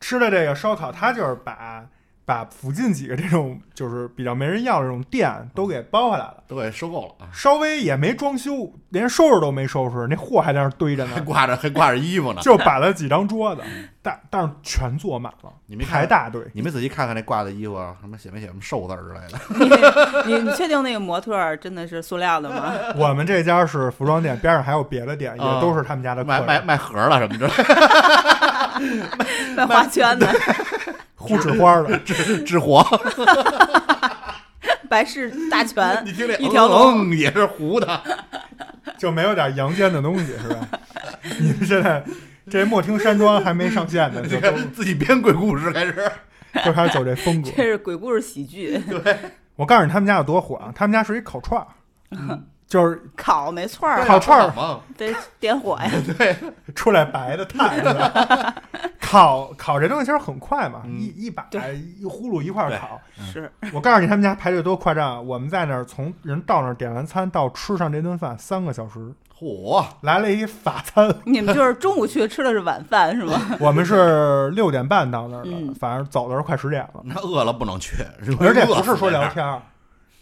吃的这个烧烤，它就是把把附近几个这种就是比较没人要的这种店都给包下来了，都给收购了啊，稍微也没装修，连收拾都没收拾，那货还在那儿堆着还呢。挂着还挂着衣服呢。就摆了几张桌子，但但是全坐满了，你没看排大 <laughs> 队。你们仔细看看那挂的衣服啊，什么写没写什么寿字儿之类的，你你确定那个模特儿真的是塑料的吗？ <laughs> 我们这家是服装店，边上还有别的店，嗯也都是他们家的客卖卖人。卖盒儿了什么之类卖花圈的， <laughs> 护指花的，的，<laughs> 纸活。百事大全，你听这一条龙。嗯也是糊的，就没有点阳间的东西是吧？ <laughs> 你们现在这莫听山庄还没上线呢，你就都看自己编鬼故事开始。就开始走这风格。这是鬼故事喜剧，我告诉你他们家有多火啊！他们家是一烤串儿，就是烤没错儿，啊烤串儿嘛，得点火呀。出来白的炭是吧，烤烤这东西其实很快嘛，嗯一一把一呼噜一块儿烤。是，我告诉你他们家排队多夸张啊！我们在那儿从人到那儿点完餐到吃上这顿饭三个小时，嚯，来了一法餐，你们就是中午去吃的是晚饭是 <laughs> 吗？我们是六点半到那儿的，嗯反正走的时候快十点了。那饿了不能去，是吧而且不 <laughs> 饿死是说在聊那儿天儿，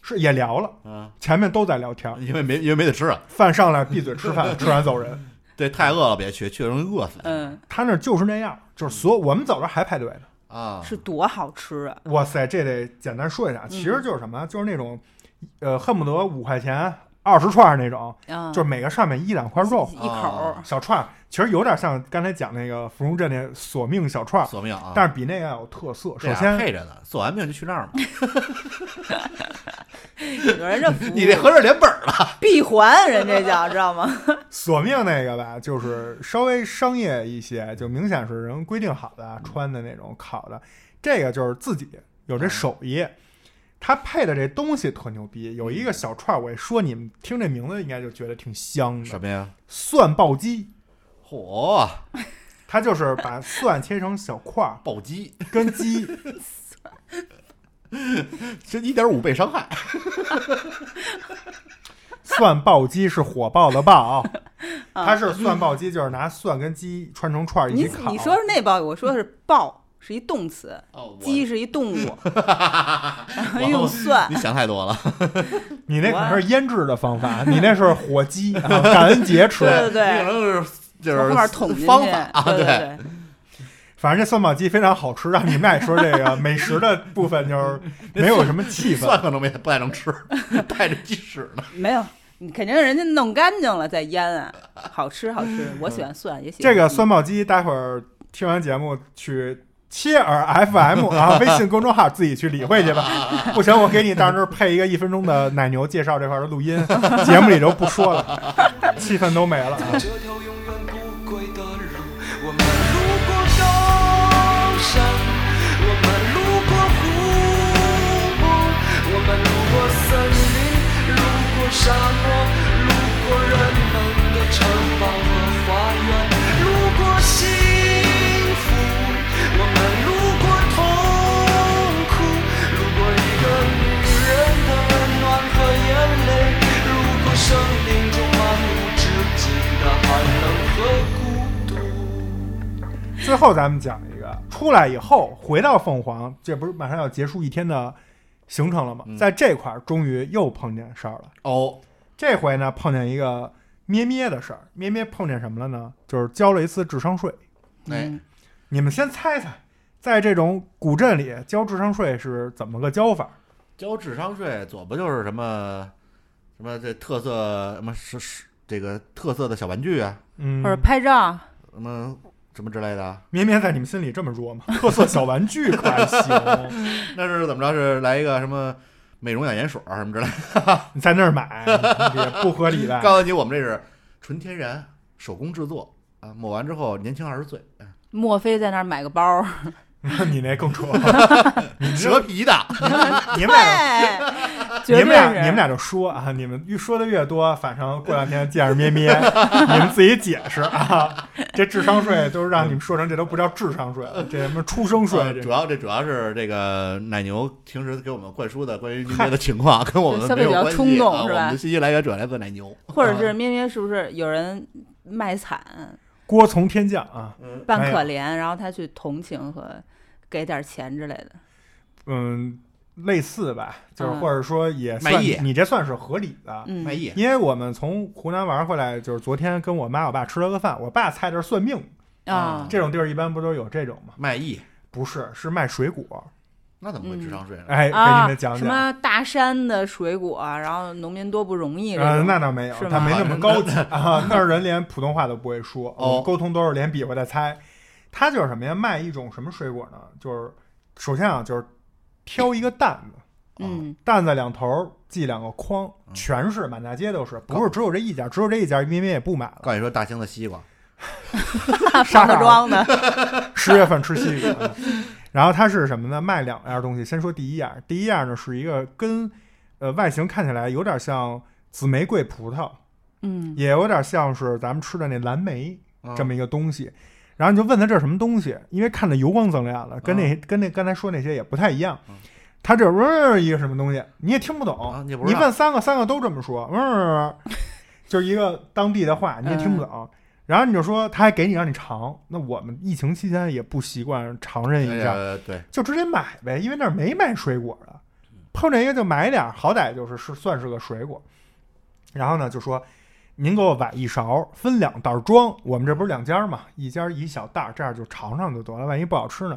是也聊了，啊，前面都在聊天儿，因为没因为没得吃啊，饭上来闭嘴吃 <laughs> 饭，吃完走人。对，太饿了别去，去了容易饿死嗯，他那儿就是那样，就是所有我们走着还排队呢。啊。是多好吃啊！哇塞，这得简单说一下，其嗯实就是什么，就是那种，呃，恨不得五块钱二十串儿那种，嗯啊，就是每个上面一两块肉啊一口儿，小串儿，其实有点像刚才讲那个芙蓉镇那索命小串儿，索命啊！但是比那个要有特色。这首俩先，配着呢，索完命就去那儿嘛。有人这服哦 <laughs> 务你这合着连本儿了，闭环，人这叫知道吗？索命那个吧，就是稍微商业一些，就明显是人规定好嗯的啊穿的那种烤的，这个就是自己有嗯这手艺。他配的这东西特牛逼，有嗯一个小串儿，我一说你们听这名字应该就觉得挺香什的，么呀？蒜爆鸡。嚯，它就是把蒜切成小块儿，暴击，跟鸡这一点五倍伤害。蒜爆鸡是火爆的爆，啊，它是蒜爆鸡，就是拿蒜跟鸡串成串儿一你起烤。你说是那鲍鱼，我说的是鲍，是一动词，哦，鸡是一动物， <laughs> 然后用蒜你，想太多了。你那可能是腌制的方法，你那是火鸡，啊感恩节吃。对对对你可能是就从是后面捅进去方法，啊，对对，对，反正这蒜宝鸡非常好吃啊！你们俩也说这个美食的部分就是没有什么气氛，蒜可能没不太能吃，带着鸡屎呢。没有，你肯定人家弄干净了再腌啊，好吃好吃。我喜欢蒜，也喜欢这个蒜爆鸡，待会儿听完节目去切耳 FM 啊，微信公众号自己去理会去吧。不行，我给你到时候配一个一分钟的奶牛介绍这块的录音，节目里就不说了，气氛都没了啊。这条永远不归的路，我们路过高山，我们路过湖泊，我们路过森林，路过沙漠，路过人们的城堡和花园，路过幸福，我们路过痛苦，路过一个女人的温暖和眼泪，路过生命中漫无止境的寒冷和孤独。最后咱们讲一个，出来以后回到凤凰，这不是马上要结束一天的行程了吗？在这块儿终于又碰见事儿了。哦，这回呢碰见一个咩咩的事儿，咩咩碰见什么了呢？就是交了一次智商税。哎，嗯你们先猜猜，在这种古镇里交智商税是怎么个交法？交智商税，左不就是什么什么这特色什么是是这个特色的小玩具啊，嗯或，者拍照，什么什么之类的啊？咩咩在你们心里这么弱吗？ <laughs> 特色小玩具可还行，那是怎么着？是来一个什么美容养颜水儿什么之类的？你在那儿买也不合理的。告诉你，我们这是纯天然手工制作啊，抹完之后年轻二十岁，莫非在那儿买个包？你那更扯，蛇皮的。你们俩。绝你对们俩，是你们俩就说啊，你们越说的越多，反正过两天见着咩咩，你们自己解释啊。这智商税都是让你们说成这都不叫智商税了，这什么出 <laughs> 生税啊呃，这主要这主要是这个奶牛平时给我们灌输的关于音乐的情况，跟我们消没费有比较关系冲动啊是我吧们的信息来源主要来自奶牛，或嗯者是咩咩是不是有人卖惨锅从天降啊。扮可怜，然后他去同情和给点钱之类的？嗯，类似吧，就是嗯或者说也卖算艺你这算是合理的。嗯，卖艺。因为我们从湖南玩回来，就是昨天跟我妈我爸吃了个饭，我爸猜这是算命，啊，这种地儿一般不都有这种吗？卖艺，不是，是卖水果。那怎么会智商税呢？哎，给啊你们讲什讲。么大山的水果，啊然后农民多不容易这呃，种，那倒没有，是他吗没那么高 <laughs> 级啊。那儿人连普通话都不会说，哦我们沟通都是连比划带猜。他就是什么呀？卖一种什么水果呢？就是首先啊，就是挑一个担子，嗯，担子两头儿系两个筐，全是满大街都是，不是只有这一家，只有这一家，因为也不买 <laughs> 了。告诉你说，大兴的西瓜，沙化个妆的，十月份吃西瓜。嗯然后它是什么呢？卖两样东西。先说第一样，第一样呢是一个跟呃外形看起来有点像紫玫瑰葡萄，嗯，也有点像是咱们吃的那蓝莓嗯这么一个东西。然后你就问他这是什么东西，因为看着油光锃亮的，跟啊那、跟那刚才说那些也不太一样。他这嗡、一个什么东西，你也听不懂。啊你你也不知道问三个，三个都这么说，嗡、 <laughs> 就是一个当地的话，嗯你也听不懂。然后你就说他还给你让你尝，那我们疫情期间也不习惯尝认一下，呃，对，就直接买呗，因为那儿没卖水果的，碰见一个就买点儿，好歹就是是算是个水果。然后呢，就说您给我崴一勺，分两袋儿装。我们这不是两家嘛，一家一小袋儿，这样就尝尝就得了，万一不好吃呢？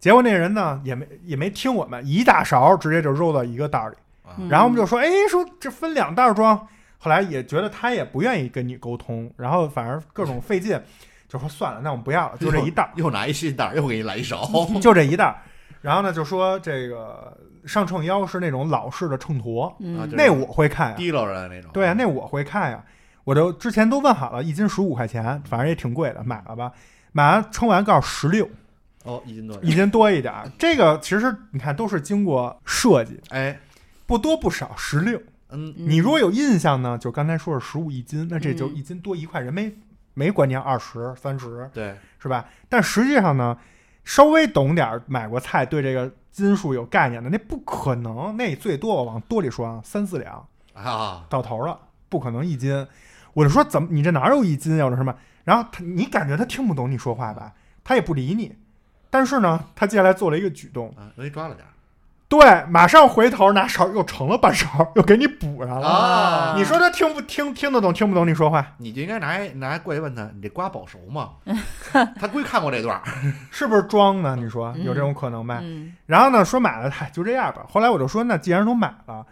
结果那人呢也没也没听我们，一大勺直接就揉到一个袋儿里。啊嗯然后我们就说，哎，说这分两袋儿装。后来也觉得他也不愿意跟你沟通，然后反而各种费劲，就说算了，那我们不要了，就这一袋儿。又又拿一新袋儿，又给你来一勺，嗯就这一袋儿。然后呢，就说这个上秤腰是那种老式的秤砣，啊就，嗯是那我会看呀，提溜着的那种。啊对呀，啊那我会看呀。我就之前都问好了，一斤十五块钱，反正也挺贵的，买了吧。买完称完告诉十六，哦，一斤多。一斤多一点儿。这个其实你看都是经过设计，哎，不多不少十六。嗯，嗯你如果有印象呢，就刚才说是十五一斤，那这就嗯一斤多一块，人没没管你要二十三十，对，是吧？但实际上呢，稍微懂点儿买过菜，对这个金属有概念的，那不可能，那最多我往多里说啊，三四两啊，到头了，不可能一斤。我就说怎么你这哪有一斤呀？我说什么？然后他你感觉他听不懂你说话吧，他也不理你。但是呢，他接下来做了一个举动，啊，容易抓了点儿。对，马上回头拿勺又盛了半勺，又给你补上了。啊你说他听不听听得懂听不懂你说话？你就应该拿拿过去问他，你这瓜保熟吗？ <laughs> 他估计看过这段儿，是不是装呢？你说有这种可能呗？嗯，然后呢，说买了，嗨，就这样吧。后来我就说，那既然都买了，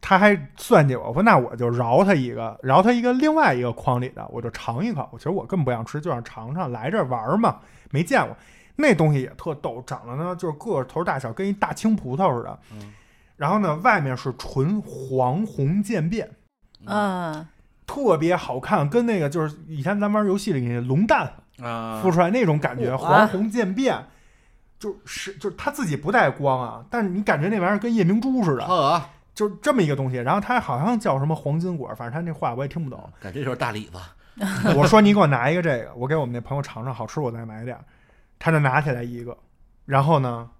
他还算计我，我说那我就饶他一个，饶他一个另外一个筐里的，我就尝一口。其实我根本不想吃，就想尝尝，来这儿玩儿嘛，没见过。那东西也特逗，长得呢就是个头大小，跟一大青葡萄似的。嗯然后呢，外面是纯黄红渐变，嗯，特别好看，跟那个就是以前咱玩游戏里那龙蛋啊孵出来那种感觉，哇黄红渐变，就是就是它自己不带光啊，但是你感觉那玩意儿跟夜明珠似的，啊，就是这么一个东西。然后它好像叫什么黄金果，反正它那话我也听不懂。感觉就是大李子，我说你给我拿一个这个，我给我们那朋友尝尝，好吃我再买点儿。他就拿起来一个，然后呢，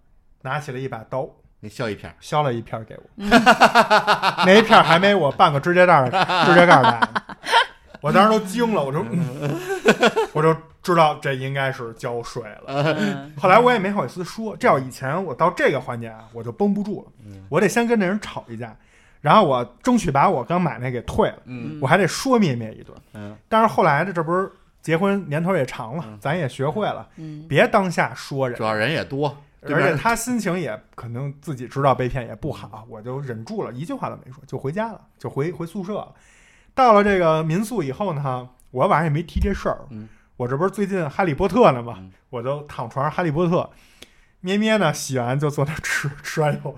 拿起了一把刀，你削一片儿，削了一片儿给我，那一片儿还没我半个指甲盖儿指甲盖儿大呢。我当时都惊了，我就、嗯我就知道这应该是浇水了。嗯后来我也没好意思说，这要以前我到这个环节啊，我就绷不住了，我得先跟那人吵一架，然后我争取把我刚买那给退了，嗯我还得说灭灭一顿。嗯但是后来这这不是结婚年头也长了，咱也学会了，嗯别当下说人主，要人也多，啊对而且面他心情也可能自己知道被骗也不嗯好，我就忍住了，一句话都没说，就回家了，就回回宿舍了。到了这个民宿以后呢，我晚上也没提这事儿。嗯我这不是最近《哈利波特》呢嘛，嗯我就躺床上《哈利波特》，咩咩呢洗完就坐那儿吃，吃完以后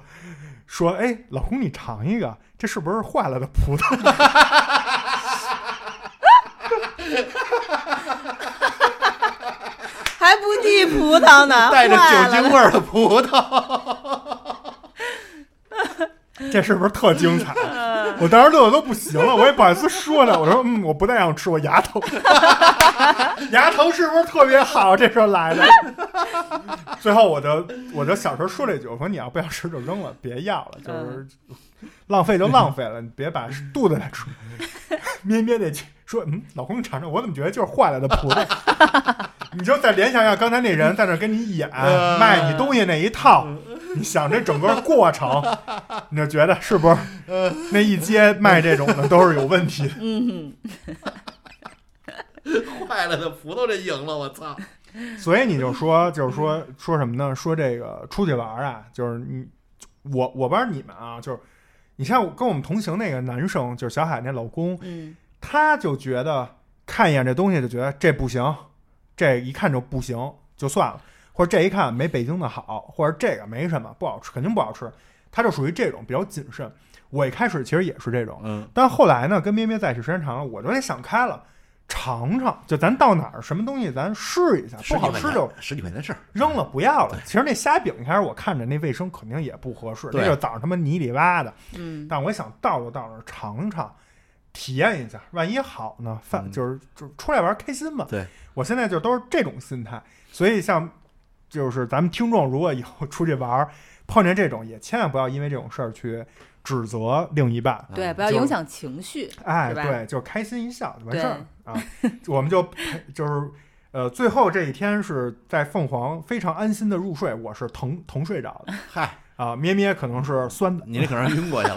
说：“哎，老公，你尝一个，这是不是坏了的葡萄？”还不递葡 <laughs> 萄呢，带着坏了酒精味儿的葡萄，这是不是特精彩？我当时乐的都不行了，我也不好意思说呢。我说，嗯，我不太想吃，我牙疼。 <laughs> 牙疼是不是特别好？这时候来的。最后我就我就小时候说了一句，我说你要不要吃就扔了，别要了，就是浪费就浪费了，你别把肚子再吃。咩咩得去说，嗯，老公你尝尝，我怎么觉得就是坏了的葡萄？ <laughs> 你就再联想一下刚才那人在那跟你演卖你东西那一套，你想这整个过程，你就觉得是不是那一街卖这种的都是有问题的？嗯，坏了的葡萄这赢了，我操！所以你就说，就是说说什么呢？说这个出去玩儿啊，就是你我我不知道你们啊，就是你像我跟我们同行那个男生，就是小海那老公，嗯他就觉得看一眼这东西就觉得这不行，这一看就不行，就算了，或者这一看没北京的好，或者这个没什么不好吃，肯定不好吃，他就属于这种比较谨慎。我一开始其实也是这种，嗯，但后来呢，跟咩咩在一起时间长了，我就得想开了，尝尝，就咱到哪儿什么东西咱试一下，不好吃就十几块钱的事儿，扔了不要了。其实那虾饼一开始我看着那卫生肯定也不合适，对那就早上他妈泥里挖的，嗯但我想到就到那儿尝尝，体验一下，万一好呢，饭嗯就是就是出来玩儿开心嘛。对，我现在就都是这种心态，所以像就是咱们听众如果以后出去玩儿碰见这种，也千万不要因为这种事儿去指责另一嗯半。对，不要就影响情绪，哎，是吧对，就是开心一笑就完事儿啊。我们就陪就是呃，最后这一天是在凤凰非常安心的入睡，我是疼疼睡着 <laughs> 的嗨，啊。咩咩可能是酸的，你这可能晕过去 <laughs> 了。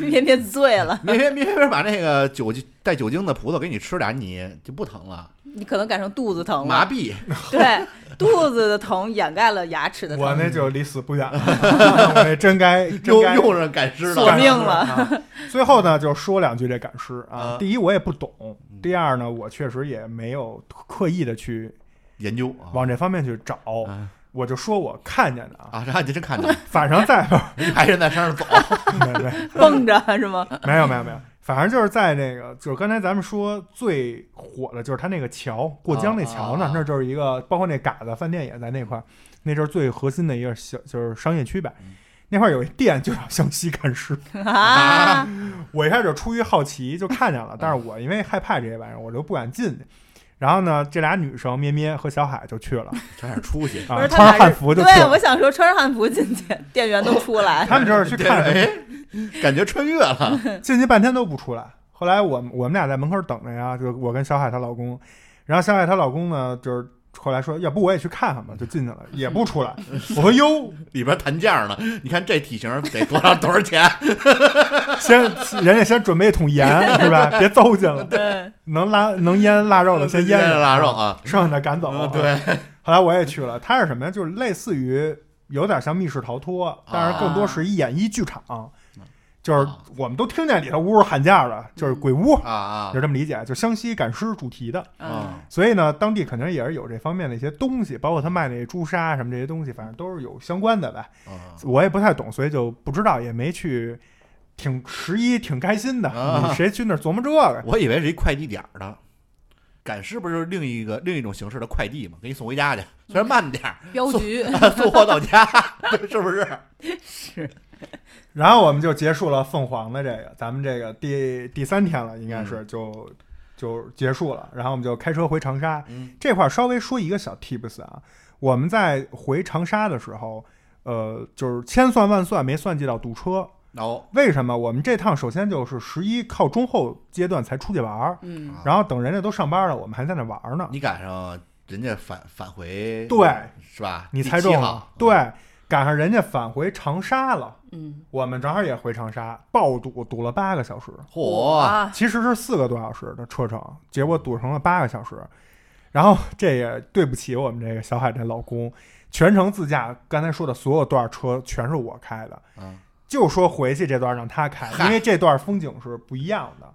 嗯 <laughs> 别别醉了，明天明天把那个酒精带酒精的葡萄给你吃俩，你就不疼了，嗯你可能赶上肚子疼麻了，痹。 <laughs> <laughs> 对，肚子的疼掩盖了牙齿的我疼，那就离死不远了， <laughs> 我那真该真用该用上赶尸索了感命诗了啊。最后呢，就说两句这感诗啊啊。嗯第一，我也不懂；第二呢，我确实也没有刻意的去研究啊往这方面去找。啊我就说我看见的啊，啊！这还真看见了，反正在 <laughs> 一排人在山上走，没没 <laughs> 蹦着是吗？没有没有没有，反正就是在那个，就是刚才咱们说最火的就是他那个桥，过江那桥那啊啊儿，啊那儿就是一个，包括那嘎子饭店也在那块儿，那就是最核心的一个小，就是商业区吧。嗯那块儿有一店就叫湘西干尸，啊，我一开始就出于好奇就看嗯见了，但是我因为害怕这些玩意儿，我就不敢进去。然后呢，这俩女生咩咩和小海就去 <laughs> 了，差点出息。不啊，是他穿着俩是汉服就去对，我了。想说穿着汉服进去，店员都出 <laughs> 来，他们就是去看什么哎，感觉穿越了。进去半天都不出来。后来我们我们俩在门口等着呀，就我跟小海她老公，然后小海她老公呢，就是后来说，要不我也去看看吧，就进去 <laughs> 了，也不出来。我说哟，里边谈价呢。你看这体型得多少多少钱？先人家先准备一桶盐是吧？别糟践了，对，能拉能腌腊肉的先 <laughs> 腌着着，腊肉啊。剩下的赶走。嗯，对，后来我也去了，它是什么呀？就是类似于有点像密室逃啊脱，但是更多是一演绎剧场，嗯就是我们都听见里头呜呜喊价的，就是鬼屋，啊啊就这么理解，就湘西赶尸主题的。嗯，啊所以呢，当地肯定也是有这方面的一些东西，包括他卖那朱砂什么这些东西，反正都是有相关的吧。啊！我也不太懂，所以就不知道，也没去。挺十一挺开心的，啊你谁去那儿琢磨这个？我以为是一快递点儿的，赶尸不是另一个另一种形式的快递嘛，给你送回家去，虽然慢点儿，镖局送货到家， <laughs> 是不是？是，然后我们就结束了凤凰的这个，咱们这个第第三天了，应该嗯是就、就结束了。然后我们就开车回长沙，嗯这块儿稍微说一个小 tips 啊，我们在回长沙的时候，呃，就是千算万算没算计到堵车。然后为什么？我们这趟首先就是十一靠中后阶段才出去玩儿，嗯，然后等人家都上班了，我们还在那玩儿呢。你赶上人家返返回，对，是吧？你第猜七中了号，，嗯对，赶上人家返回长沙了，嗯，我们正好也回长沙，爆堵，堵了八个小时。嚯， <laughs> 啊，其实是四个多小时的车程，结果堵成了八个小时。然后这也对不起我们这个小海这老公，全程自驾，刚才说的所有段车全是我开的，嗯就说回去这段让他开，嗨因为这段风景是不一样的。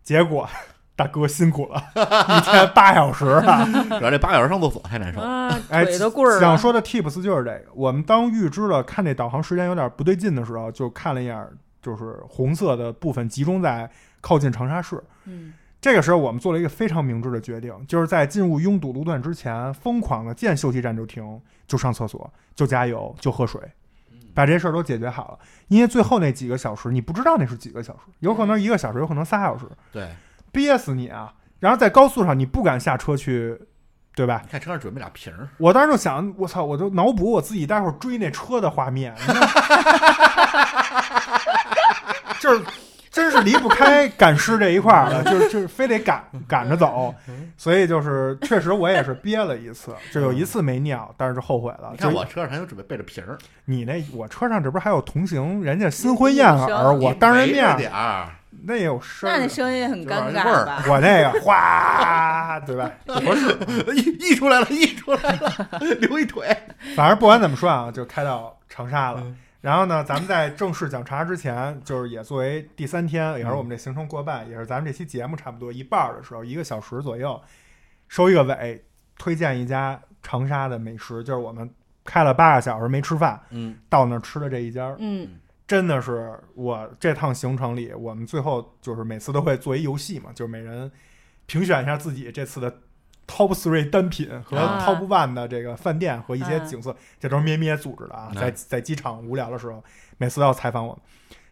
结果大哥辛苦 <laughs> 了，一天八小时啊！主要这八个小时上厕所太难受。啊，哎，腿都棍儿想了，说的 tips 就是这个，我们当预知了看这导航时间有点不对劲的时候，就看了一眼，就是红色的部分集中在靠近长沙市。嗯这个时候，我们做了一个非常明智的决定，就是在进入拥堵路段之前，疯狂的见休息站就停，就上厕所，就加油，就喝水，把这事儿都解决好了。因为最后那几个小时，你不知道那是几个小时，有可能一个小时，有可能仨小时，对，憋死你啊！然后在高速上，你不敢下车去，对吧你？看车上准备俩瓶儿，我当时就想，我操，我就脑补我自己待会儿追那车的画面，你知道吗就是真是离不开赶尸这一块儿了，就是就是非得赶赶着走，所以就是确实我也是憋了一次，就有一次没尿，但是就后悔了。你看啊就我车上还有准备备着瓶儿，你那我车上这不是还有同行人家新婚燕尔，我当着没着面点儿， <laughs> 那也有声儿那啊那，声音很就是尴味儿尬吧？我那个哗，对吧？不是溢溢出来了，溢出来了， <laughs> 流一腿。反正不管怎么说啊，就开到长沙了。然后呢，咱们在正式讲茶之前，就是也作为第三天，也是我们这行程过半，也是咱们这期节目差不多一半儿的时候，一个小时左右，收一个尾，推荐一家长沙的美食，就是我们开了八个小时没吃饭，嗯，到那儿吃的这一家儿，嗯真的是我这趟行程里，我们最后就是每次都会做一游戏嘛，就是每人评选一下自己这次的 top three 单品和啊 top one 的这个饭店和一些嗯景色，这都是咩咩组织的啊，嗯在在机场无聊的时候，每次都要采访我们。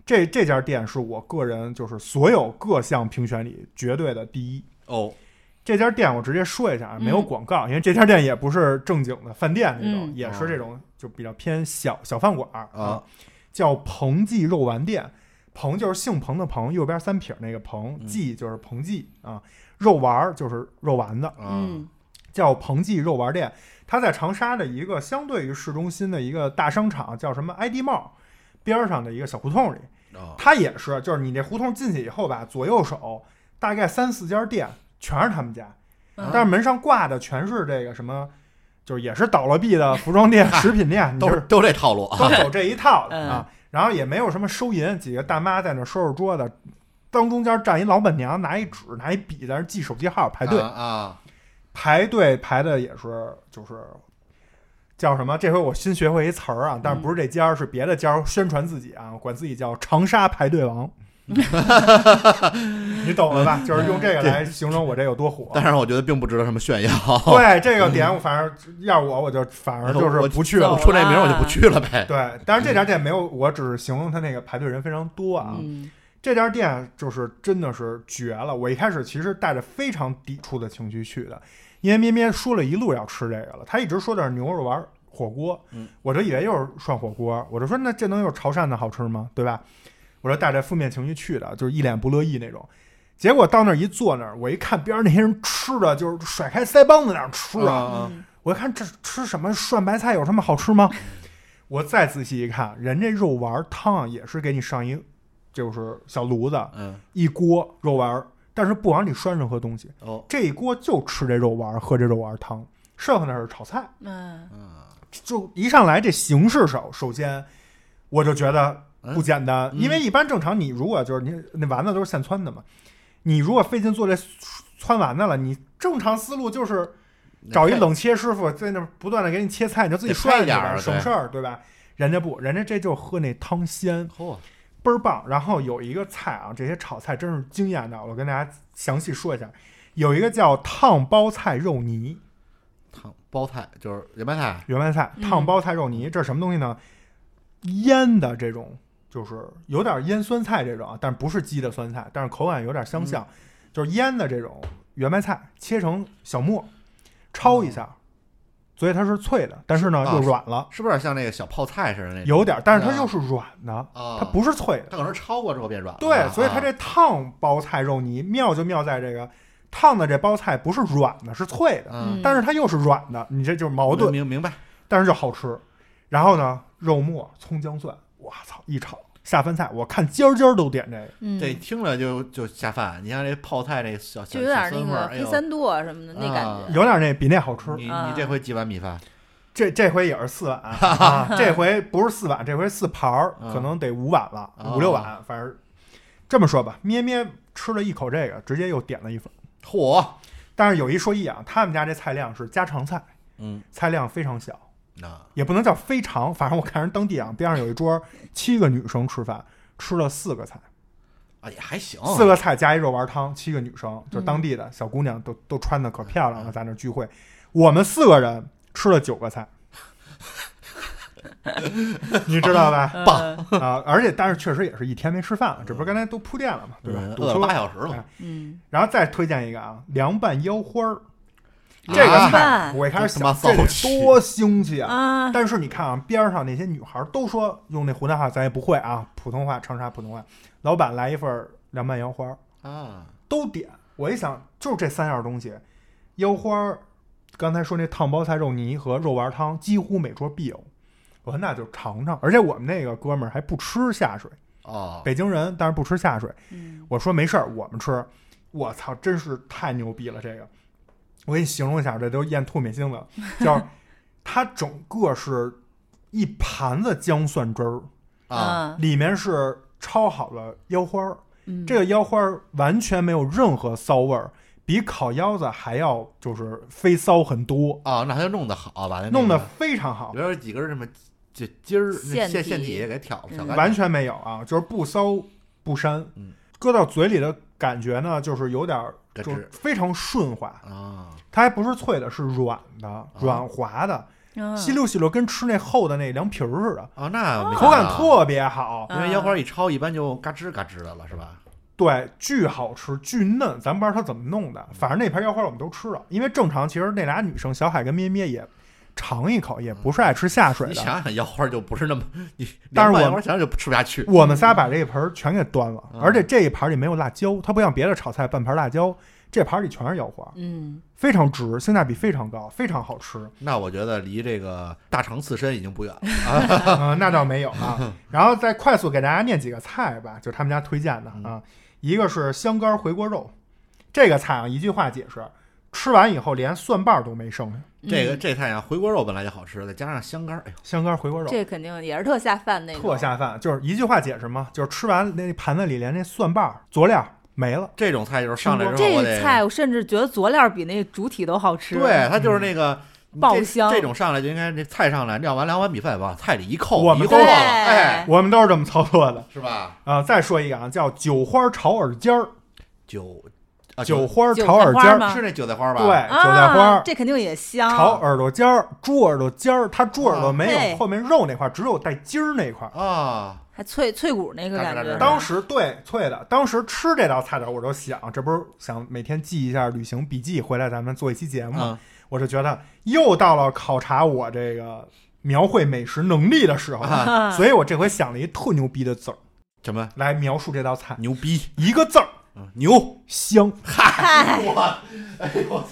这这家店是我个人就是所有各项评选里绝对的第一。哦，这家店我直接说一下啊，嗯没有广告，因为这家店也不是正经的饭店那种，嗯也是这种就比较偏小小饭馆儿啊，叫彭记肉丸店。彭就是姓彭的彭，右边三撇那个彭，嗯记就是彭记啊，肉丸儿就是肉丸子，嗯嗯叫彭记肉丸店。它在长沙的一个相对于市中心的一个大商场，叫什么 ID 帽边儿上的一个小胡同里，啊，它也是，就是你这胡同进去以后吧，左右手大概三四家店全是他们家，嗯但是门上挂的全是这个什么，就是也是倒了闭的服装店、食品店，你都就是是都这套路啊。都走这一套的啊。然后也没有什么收银，几个大妈在那收拾桌子，当中间站一老板娘，拿一纸拿一笔在那记手机号排队，啊啊，排队排的也是就是。叫什么？这回我新学会一词儿啊，但是不是这家儿，是别的家儿宣传自己啊，管自己叫长沙排队王， <laughs> 你懂了吧？就是用这个来形容我这有多火。但是我觉得并不值得什么炫耀。哦 <laughs> 对这个点，我反正要我我就反而就是我不去走了我。出这名儿我嗯就不去了呗。对，但是这家店没有，我只是形容他那个排队人非常多啊。嗯这家店就是真的是绝了。我一开始其实带着非常抵触的情绪去的，因为咩咩说了一路要吃这个了，他一直说的是牛肉丸火锅，嗯我就以为又是涮火锅，我就说那这能有潮汕的好吃吗？对吧？我说带着负面情绪去的，就是一脸不乐意那种。结果到那儿一坐那儿，我一看边上那些人吃的，就是甩开腮帮子那样吃啊，啊我一看这吃什么涮白菜有什么好吃吗？ <laughs> 我再仔细一看，人这肉丸汤啊也是给你上一就是小炉子嗯一锅肉丸儿，但是不往里涮任何东西，哦这一锅就吃这肉丸儿喝这肉丸汤，剩下的是炒菜。嗯，啊就一上来这形式首首先我就觉得不简单，嗯因为一般正常你如果就是你那丸子都是现汆的嘛，你如果费劲做这汆丸子了，你正常思路就是找一冷切师傅在那儿不断的给你切菜，你就自己得涮快去点吧，儿省对事儿，对吧？人家不，人家这就喝那汤鲜，嚯倍儿棒。然后有一个菜啊，这些炒菜真是惊艳的，我跟大家详细说一下，有一个叫烫包菜肉泥，汤包菜就是圆白菜啊圆白菜嗯烫包菜肉泥，这是什么东西呢？腌的这种，就是有点腌酸菜这种啊，但不是鸡的酸菜，但是口感有点相像，嗯就是腌的这种圆白菜，切成小哦末，焯一下，所以它是脆的，但是呢是啊又软了，是不是有点像那个小泡菜似的那种？有点，但是它啊又是软的，啊，它不是脆的。它可能是焯过之后变软了。对，所以啊它这烫包菜肉泥妙就妙在这个烫的这包菜不是软的，是脆的，嗯但是它又是软的，你这就是矛盾。明明白但是就好吃。然后呢，肉末、葱姜蒜，我操，一炒下饭菜，我看今儿今儿都点这个。嗯这听着就就下饭。你像这泡菜那小小就有点小那酸味个儿黑哎三剁什么的那啊感觉，有点那比那好吃呦，你啊你这回几碗米饭？这这回也是四碗啊，这回不是四碗，这回四盘儿，啊可能得五碗了，啊五六碗，反正这么说吧。咩咩吃了一口这个，直接又点了一份。嚯，但是有一说一啊，他们家这菜量是家常菜，嗯，菜量非常小，那也不能叫非常，反正我看人当地啊，边上有一桌七个女生吃饭，吃了四个菜。啊也还行，四个菜加一肉丸汤，七个女生，嗯就是当地的小姑娘都，都穿的可漂亮了，在那儿聚会。我们四个人吃了九个 <laughs> 菜，你知道吧？棒，啊，而且但是确实也是一天没吃饭了，这不是刚才都铺垫了嘛，对吧？嗯堵饿了车八小时了哎，嗯，然后再推荐一个啊，凉拌腰花儿，这啊个 <laughs> 菜拌我一开始这他妈想这得骚气多腥气啊！啊，但是你看啊，边上那些女孩都说用那湖南话，咱也不会啊，普通话长沙普通话。老板来一份儿凉拌腰花儿，啊，都点。我一想，就是这三样东西，腰花儿，刚才说那烫包菜肉泥和肉丸汤，几乎每桌必有。我说那就尝尝，而且我们那个哥们儿还不吃下水，哦，北京人，但是不吃下水。嗯我说没事儿，我们吃。我操，真是太牛逼了！这个，我给你形容一下，这都咽吐沫星子了，叫它整个是一盘子姜蒜汁儿，啊，里面是焯好了腰花儿，嗯这个腰花儿完全没有任何骚味儿，比烤腰子还要就是飞骚很多，哦，那他就弄得好，把那弄得得非常好里，边有几根什么这筋儿那腺腺体腺体给挑挑嗯干完净，全没有啊，就是不骚不膻嗯，搁到嘴里的感觉呢，就是有点儿咯就吱非常顺滑，啊，它还不是脆的，是软的、软滑的，嗯吸溜吸溜跟吃那厚的那凉皮儿似的，哦，那没想口感到，特别好，嗯因为腰花一焯，一般就嘎吱嘎吱的了，是吧？对，巨好吃，巨嫩，咱不知道它怎么弄的。反正那盘腰花我们都吃了，因为正常其实那俩女生小海跟咩咩也尝一口，也不是爱吃下水你的。想想腰花就不是那么你， <laughs> 但是凉拌我腰花想想就吃不下去，我们仨把这一盆儿全给端了，嗯而且这一盘儿里没有辣椒，它不像别的炒菜半盘辣椒，这盘儿里全是腰花，嗯非常值，性价比非常高，非常好吃。那我觉得离这个大肠刺身已经不远了。嗯，那倒没有啊。然后再快速给大家念几个菜吧，就他们家推荐的啊。一个是香干回锅肉，这个菜啊，一句话解释，吃完以后连蒜瓣儿都没剩下。这个这菜啊，回锅肉本来就好吃，再加上香干，哎呦，香干回锅肉这肯定也是特下饭那种，特下饭，就是一句话解释嘛，就是吃完那盘子里连那蒜瓣儿、佐料没了。这种菜就是上来之后我嗯这得，菜我甚至觉得佐料比那主体都好吃。啊对，它就是嗯那个你爆这香这种上来就应该这菜上来晾完两碗米饭往菜里一扣，我们一扣都了，对哎，我们都是这么操作的是吧？啊、再说一个啊，叫韭花炒耳尖儿，韭啊韭韭花炒耳尖儿韭菜花，吗是那韭菜花吧？对，韭，菜花啊儿，这肯定也香。炒耳朵尖儿，猪耳朵尖儿，它猪耳朵没啊嘿有后面肉那块儿，只有带筋儿那块儿。啊，还脆脆骨那个感嘎吱嘎觉。吱当时对脆的，当时吃这道菜的时候，我就想，这不是想每天记一下旅行笔记，回来咱们做一期节目吗。嗯，我就觉得又到了考察我这个描绘美食能力的时候，啊啊所以我这回想了一特牛逼的字儿什么来描述这道菜，牛逼一个字儿嗯，牛，香，嗨， <laughs> 我，哎呦我操，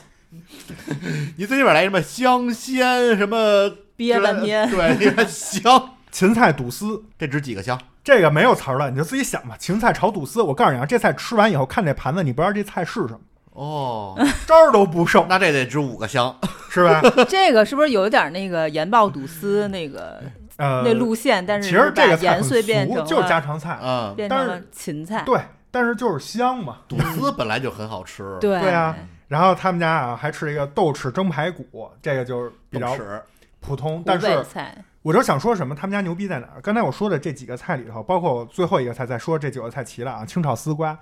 你最起码来什么香鲜什么憋半天对，你看香，芹菜肚丝。这值几个香？这个没有词儿了，你就自己想吧。芹菜炒肚丝，我告诉你啊，这菜吃完以后，看这盘子，你不知道这菜是什么，哦，招儿都不剩， <laughs> 那这得值五个香，是吧？这个是不是有点那个盐爆肚丝那个呃，那路线？但是其实把这个菜盐很碎变俗，成就是家了常菜。嗯，变但成是了芹菜，对，但是就是香嘛。肚丝本来就很好吃，，对对啊然后他们家啊还吃了一个豆豉蒸排骨，这个就是比较吃，普通，湖但北是菜我就想说什么，他们家牛逼在哪儿？刚才我说的这几个菜里头，包括我最后一个菜，再说这九个菜齐了啊，清炒丝瓜，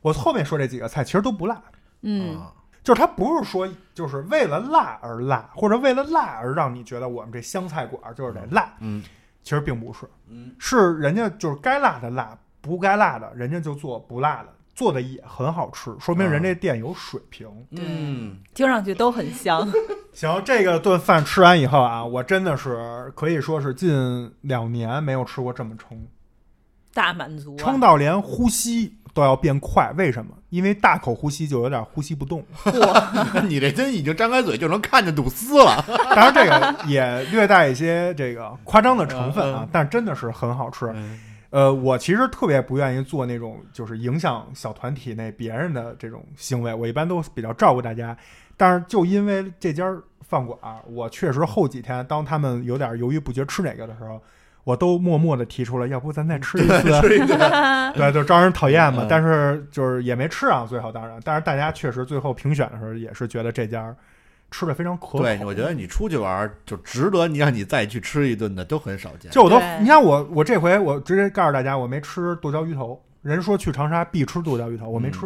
我后面说这几个菜其实都不辣，嗯，啊就是它不是说就是为了辣而辣，或者为了辣而让你觉得我们这湘菜馆儿就是得辣，嗯其实并不是，嗯，是人家就是该辣的辣，不该辣的人家就做不辣的，做的也很好吃，说明人这店有水平。嗯，听上去都很香。行，这个顿饭吃完以后啊，我真的是可以说是近两年没有吃过这么撑，大满足、啊撑，到连呼吸都要变快。为什么？因为大口呼吸就有点呼吸不动。 <laughs> 你这真已经张开嘴就能看见肚丝了，当然，这个也略带一些这个夸张的成分啊，但真的是很好嗯吃。呃，我其实特别不愿意做那种就是影响小团体内别人的这种行为，我一般都比较照顾大家。但是就因为这家饭馆儿，我确实后几天当他们有点犹豫不决吃哪个的时候，我都默默的提出了，要不咱再吃一次。 <laughs> 嗯对，就招人讨厌嘛。嗯但是就是也没吃啊，最后当然，但是大家确实最后评选的时候也是觉得这家吃的非常可口。 <laughs> 对，我觉得你出去玩儿就值得你让你再去吃一顿的都很少见，就我都对你看我我这回我直接告诉大家，我没吃剁椒鱼头。人说去长沙必吃剁椒鱼头，我嗯没吃，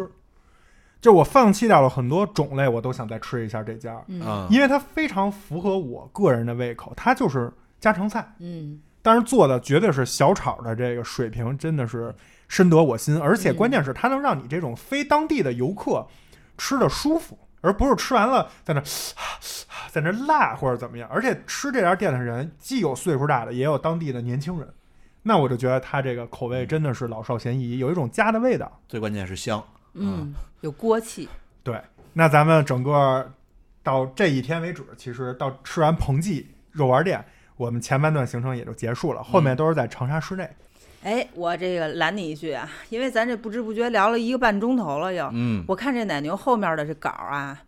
就我放弃掉了很多种类，我都想再吃一下这家，嗯嗯，因为它非常符合我个人的胃口，它就是家常菜。嗯，但是做的绝对是小炒的这个水平，真的是深得我心。而且关键是它能让你这种非当地的游客吃的舒服，而不是吃完了在那 <sighs> 在那辣或者怎么样。而且吃这家店的人既有岁数大的，也有当地的年轻人。那我就觉得他这个口味真的是老少咸宜，有一种家的味道。最关键是香，嗯，有锅气，对，那咱们整个到这一天为止，其实到吃完彭记肉丸店，我们前半段行程也就结束了，后面都是在长沙市内。哎，我这个拦你一句啊，因为咱这不知不觉聊了一个半钟头了又。嗯，我看这奶牛后面的这稿啊，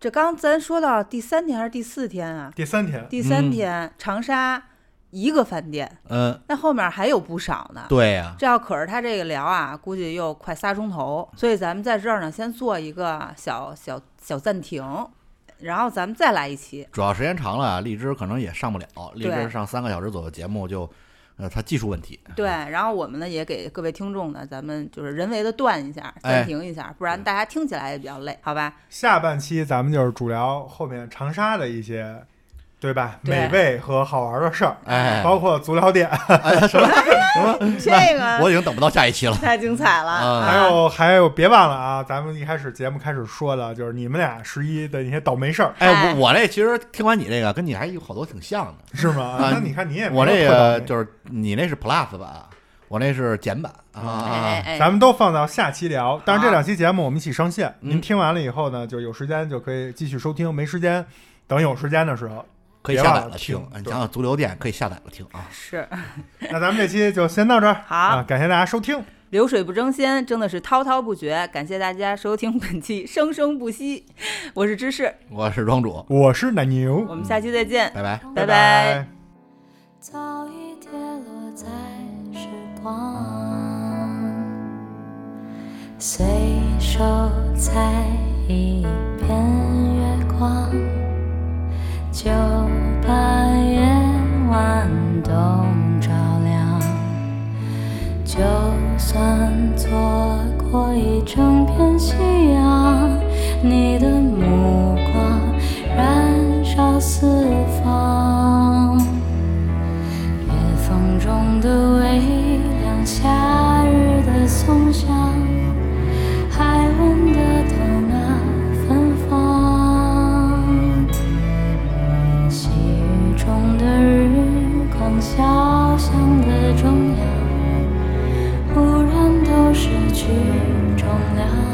这刚咱说到第三天还是第四天啊？第三天，第嗯三天、长沙一个饭店，嗯，那后面还有不少呢。对呀，这要可是他这个聊啊，估计又快仨钟头，所以咱们在这儿呢，先做一个小小小暂停，然后咱们再来一期。主要时间长了啊，荔枝可能也上不了，荔枝对上三个小时左右节目就，呃，它技术问题，对，然后我们呢也给各位听众呢，咱们就是人为的断一下，哎暂停一下，不然大家听起来也比较累，好吧？下半期咱们就是主聊后面长沙的一些，对吧？对美味和好玩的事儿，哎包括足疗店，这我个已经等不到下一期了， <laughs> 太精彩了，啊还有还有，别忘了啊，咱们一开始节目开始说的就是你们俩十一的那些倒霉事儿，哎，我我这其实听完你这个，跟你还有好多挺像的，是吗？啊那你看你哎也没有我这特倒个霉就是你那是 Plus 版，我那是简版哎啊，哎咱哎，们都放到下期聊。当然，这两期节目我们一起上线，嗯您听完了以后呢，就有时间就可以继续收听，没时间等有时间的时 <laughs> 候。可以下载别忘了了听哎听。你想想足疗店可以下载了听啊，是那咱们这期就先到这儿，好啊，感谢大家收听。流水不争先，真的是滔滔不绝。感谢大家收听本期《生生不息》，我是芝士，我是庄主，我是奶牛，我们下期再见，拜拜。拜拜早已跌落在时光，随手采一片月光，就把夜晚都照亮。就算错过一整片夕阳，你的目光燃烧四方。夜风中的微凉，夏日的松香，还闻得到那芬芳。细雨中的日光，小巷的中央，忽然都失去重容量。